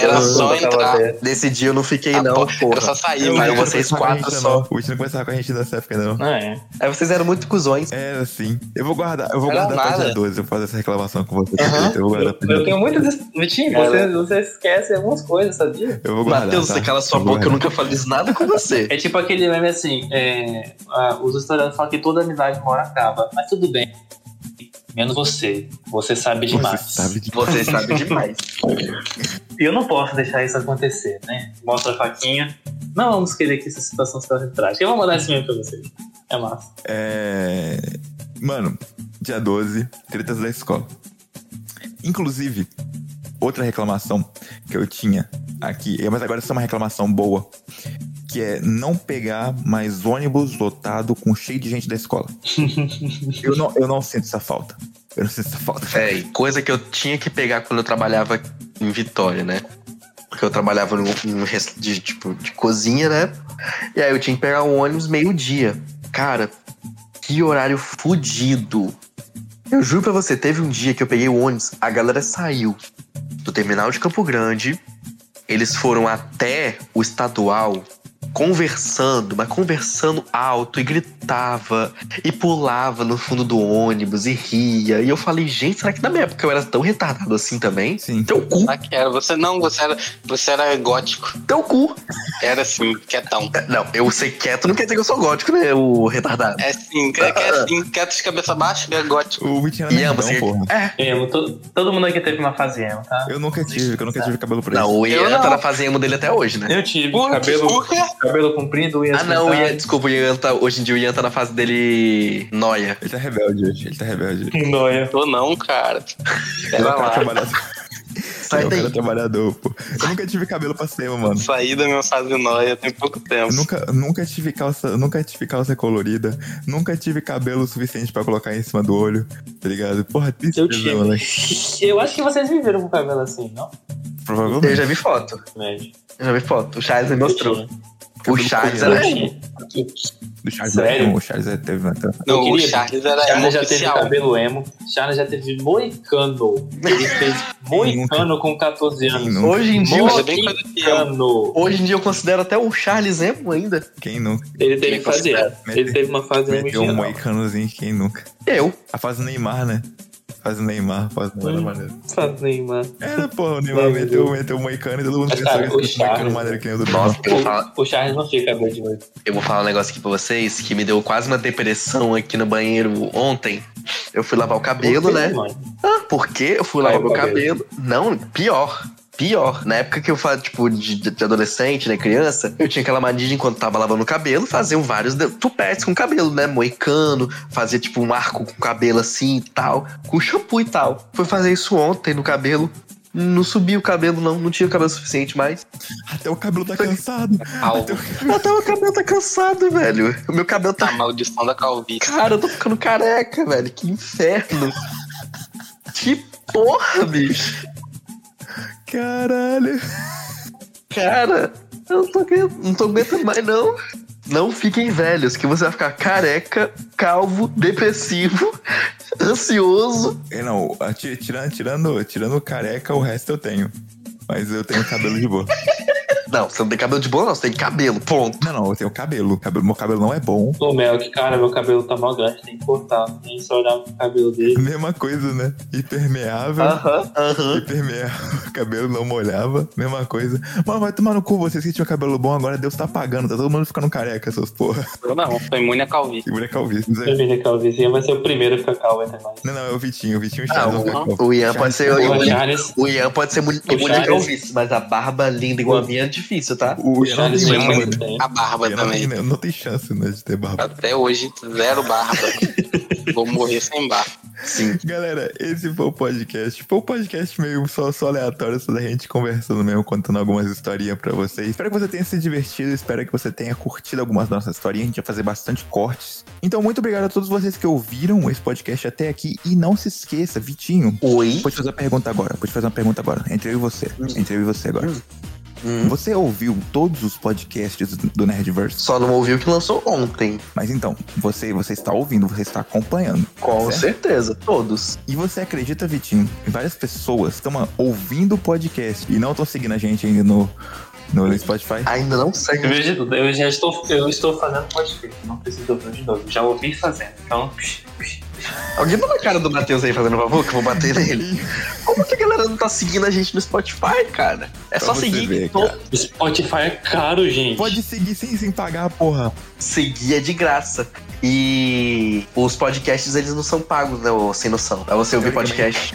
era Eu só Eu tava entrar. aberto. Nesse dia eu não fiquei, A não, porta- porra. eu só saí, Eu- mas Aí não vocês conversava com a quatro gente, só. não. O Ian não conversava com a gente nessa época, não. Ah, é. Aí vocês eram muito cusões. Era assim. Eu vou guardar, eu vou Era guardar até nada. dia 12. Eu vou fazer essa reclamação com você. Aham. Eu vou guardar até Eu, dia eu tenho muitas. Vitinho, você, Cara. você esquece algumas coisas, sabia? Eu vou guardar. Matheus, tá? você cala sua Eu vou boca, eu guardar. nunca falei isso nada com você. É tipo aquele meme assim, é, ah, os historiadores falam que toda amizade mora acaba, mas tudo bem. Menos você. Você sabe demais. Você sabe de... Você sabe demais. E eu não posso deixar isso acontecer, né? Mostra a faquinha. Não vamos querer que essa situação se torne trágica. Eu vou mandar esse meme pra vocês. É massa. É... Mano, dia 12, tretas da escola. Inclusive, outra reclamação que eu tinha aqui, mas agora essa é uma reclamação boa, que é não pegar mais ônibus lotado com cheio de gente da escola. eu, não, eu não sinto essa falta. Eu não sinto essa falta. Véi, É, coisa que eu tinha que pegar quando eu trabalhava em Vitória, né? Porque eu trabalhava num, num res- de, tipo, de cozinha, né? E aí eu tinha que pegar um ônibus meio-dia. Cara, que horário fudido. Eu juro pra você, teve um dia que eu peguei o ônibus, a galera saiu do terminal de Campo Grande, eles foram até o estadual conversando, mas conversando alto e gritava e pulava no fundo do ônibus e ria. E eu falei, gente, será que na minha época eu era tão retardado assim também? Sim. Teu cu, Naquela, você não, você era, você era gótico. teu cu. Era assim, quietão. É, Não, eu ser quieto não quer dizer que eu sou gótico, né, o retardado. É assim, que, que é assim, quieto de cabeça baixa, é gótico. O Vitinho E era ambos, assim, é, nerdão, porra. Emo, to- todo mundo aqui teve uma fase emo, tá? Eu nunca tive, porque eu nunca tive cabelo preto. Não, o Ian Eu não. tá na fase emo dele até hoje, né? Eu tive Putz, cabelo, o quê? cabelo comprido e Ah, não, o Ian, desculpa, o Ian tá, hoje em dia o Ian tá na fase dele noia. Ele tá rebelde hoje. Ele tá rebelde hoje. Noia. Ou não, cara. Ele é Pera um cara lá. Tá trabalhador. Ele Sai é um cara daí. trabalhador, pô. Eu nunca tive cabelo pra cima, mano. Saí da minha fase nóia tem pouco Eu tempo. Nunca, nunca tive calça, nunca tive calça colorida, nunca tive cabelo suficiente pra colocar em cima do olho, tá ligado? Porra, tristeza, Eu tive. mano. Eu acho que vocês viveram com o cabelo assim, não? Provavelmente. Eu já vi foto. Médio. Eu já vi foto. O Charles me mostrou. Eu tinha. O Charles né? Eu era tinha. O Charles Sério? não, o Charles é- teve, né? Então, Não, Meu o querido, Charles era Charles já teve oficial. cabelo emo. Charles já teve moicano. Ele fez moicano com 14 quem, anos. nunca, Hoje em dia, Mas é bem coisa que eu. Moicano. Hoje em dia eu considero até o Charles emo ainda. quem nunca? Ele teve fase emo. Ele Meteu, teve uma fase emo meteu um geral. moicanozinho, quem nunca? Eu. A fase Neymar, né? A fase Neymar, a fase Neymar era Hum. maneiro. Fase nenhuma. Era, porra, o Neymar Não, meteu, eu- meteu um moicano e todo mundo Mas, pensou cara, que o ele tinha um moicano Charles- maneiro que nem o do Nossa, eu vou, falar, O, o Charles não tinha cabelo de moicano. eu vou falar um negócio aqui pra vocês que me deu quase uma depressão aqui no banheiro ontem. Eu fui lavar o cabelo, né? Ah, porque eu fui lavar Vai, meu cabelo. cabelo. Não, pior. Pior. Na época que eu falava, tipo, de, de adolescente, né, criança, eu tinha aquela mania de, enquanto tava lavando o cabelo, fazer um vários de- tupetes com cabelo, né? Moicano, fazer, tipo, um arco com cabelo assim e tal, com shampoo e tal. Fui fazer isso ontem no cabelo. Não subi o cabelo, não. Não tinha cabelo suficiente mais. Até o cabelo tá cansado. Até o Até o cabelo tá cansado, velho. O meu cabelo A tá. maldição da calvície. Cara, eu tô ficando careca, velho. Que inferno. que porra, bicho. caralho. Cara, eu não tô, aguent- não tô aguentando mais, não. Não fiquem velhos, que você vai ficar careca, calvo, depressivo, ansioso. É, Não, a- ti- tirando, tirando, tirando o careca, o resto eu tenho. Mas eu tenho cabelo de boa. Não, você não tem cabelo de bola, não, você tem cabelo, ponto. Não, não, eu tenho cabelo. cabelo meu cabelo não é bom. Ô, Mel, que cara, meu cabelo tá mal grande, tem que cortar. Tem que só olhar pro cabelo dele. Mesma coisa, né? Impermeável. Aham, aham. Impermeável, cabelo não molhava, mesma coisa. Mano, vai tomar no cu vocês que tinham cabelo bom, agora Deus tá pagando, tá todo mundo ficando careca, essas porra. Eu não, sou imune a calvície. Segura a calvície. Zé. Termina calvície, vai ser o primeiro a ficar calvo entre nós. né? Não, não, é o Vitinho, o Vitinho Ah, Chaves. o- não fica calvo. o Ian pode ser. O O Ian, Charles, o Ian pode ser muito O Charles- calvície, mas a barba linda igual a minha é difícil, tá? O o Charles Chaves é tem não, muito né? tempo. A barba Não também. tem- Não, tem chance, né, de ter barba. Até hoje, zero barba. Vou morrer sem barba. Sim. Galera, esse foi o podcast. Foi um podcast meio só, só aleatório, só da gente conversando mesmo, contando algumas historinhas pra vocês. Espero que você tenha se divertido, espero que você tenha curtido algumas das nossas historinhas. A gente vai fazer bastante cortes. Então, muito obrigado a todos vocês que ouviram esse podcast até aqui. E não se esqueça, Vitinho, Oi? pode fazer uma pergunta agora. Pode fazer uma pergunta agora. Entre eu e você. Entre eu e você agora. Hum. Você ouviu todos os podcasts do Nerdverse? Só não ouviu que lançou ontem. Mas então, você, você está ouvindo, você está acompanhando. Com certo? certeza, todos. E você acredita, Vitinho, que várias pessoas estão ah, ouvindo o podcast e não estão seguindo a gente ainda no, no Spotify? Ainda não sei. Eu vejo tudo, eu já estou, eu estou fazendo um podcast, não preciso ouvir de novo, já ouvi fazendo, então... Alguém dá uma cara do Matheus aí fazendo favor que eu vou bater nele. Como que a galera não tá seguindo a gente no Spotify, cara? É Pra só você seguir. ver, to- cara. Spotify é caro, gente. Pode seguir sem, sem pagar, porra. Seguir é de graça. E os podcasts, eles não são pagos, né? ô, Sem noção. Pra você ouvir podcast,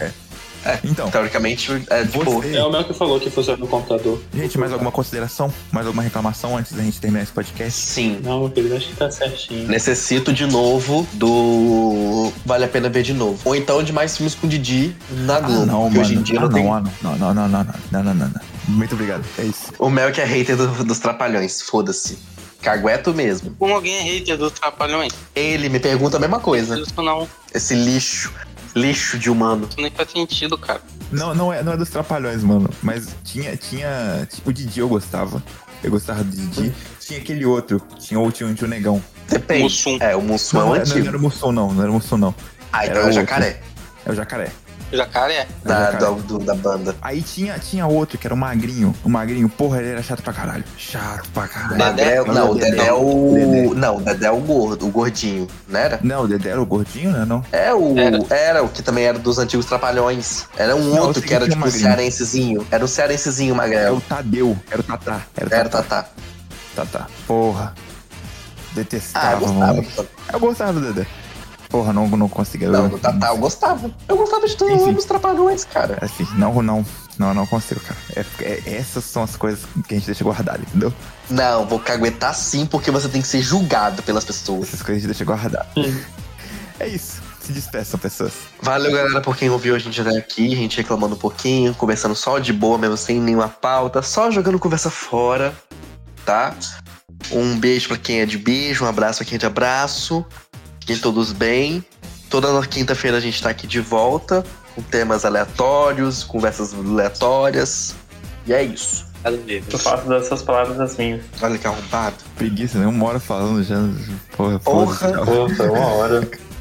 Então, teoricamente, é de boa. você- É o Mel que falou que funciona no computador. gente, mais alguma consideração? Mais alguma reclamação antes da gente terminar esse podcast? Sim. Não, meu querido, acho que tá certinho. Necessito de novo do Vale a Pena Ver de Novo. Ou então de mais filmes com Didi na Ah, não, Globo. que mano. hoje em dia ah, não, não, tem. ah, não, não, não, não, não, não, não, não, não. Muito obrigado. É isso. O Mel que é hater do- dos Trapalhões, foda-se. Cagueto mesmo. Como alguém é hater dos trapalhões? Ele me pergunta a mesma coisa. Isso não, Esse lixo. Lixo de humano. isso nem faz sentido, cara. Não, não é, não é dos trapalhões, mano. Mas tinha, tinha. O Didi eu gostava. Eu gostava do Didi. Tinha aquele outro. Tinha o tinha, tinha o negão. Depende. Mussum. É, o Mussum é um não, não, antigo. era o Mussum, não. Não era o Mussum, não. Ah, era então é o outro. jacaré. É o jacaré. Jacaré. É o Da, jacaré. da, do- da banda. Aí tinha, tinha outro que era o magrinho. O magrinho, porra, ele era chato pra caralho. Chato pra caralho. Dedé? Dedé, Não, não, o Dedé. Dedé é o. Dedé. Não, o Dedé é o gordo, o gordinho, não era? Não, o Dedé era o gordinho, né? Não. É o. Era. Era, o que também era dos antigos trapalhões. Era um Não, eu outro sei que que era tinha tipo um um magrinho. cearensezinho. Era um cearensezinho Era o magrelo. Tadeu. Era o Tatá. Era o Era Tatá. Tatá. Tatá. Porra. Ah, eu Detestava, gostava. mano. Eu gostava do Dedé. Porra, não, não conseguia. Não, do Tatá eu gostava. Eu gostava de todos Enfim. os trapalhões, cara. Assim, não, não. Não, não consigo, cara. É- é- essas são as coisas que a gente deixa guardada, entendeu? Não, vou caguetar sim, porque você tem que ser julgado pelas pessoas. Essas coisas a gente deixa guardada. Hum. É isso. Se despeçam, pessoas. Valeu, galera, por quem ouviu a gente até aqui, a gente reclamando um pouquinho, conversando só de boa mesmo, sem nenhuma pauta, só jogando conversa fora, tá? Um beijo pra quem é de beijo, um abraço pra quem é de abraço, fiquem todos bem. Toda na quinta-feira a gente tá aqui de volta, com temas aleatórios, conversas aleatórias, e é isso. Eu faço dessas palavras as minhas. Olha que arrombado. Preguiça, né? Uma hora falando já. Porra, Porra. foda-se. Pô, foi uma hora.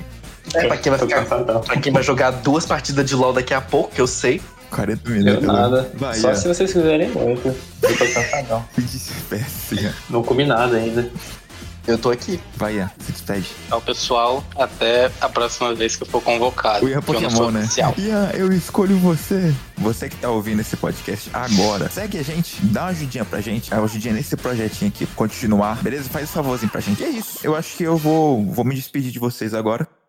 É, pra quem vai Tô ficar... cansadão. Pra quem vai jogar duas partidas de LoL daqui a pouco, que eu sei. 40 Deu minutos. né? nada. Vai, é. Só Ian. se vocês quiserem muito. Eu tô cansadão. Se despede, Ian. Não comi nada ainda. Eu tô aqui. Vai, Ian. Se despede. Então, pessoal, até a próxima vez que eu for convocado. O Ian porque eu não sou Pokémon, né? oficial. Ian, eu escolho você. Você que tá ouvindo esse podcast agora, segue a gente, dá uma ajudinha pra gente, dá uma ajudinha nesse projetinho aqui, continuar, beleza? Faz um favorzinho pra gente. E é isso. Eu acho que eu vou, vou me despedir de vocês agora.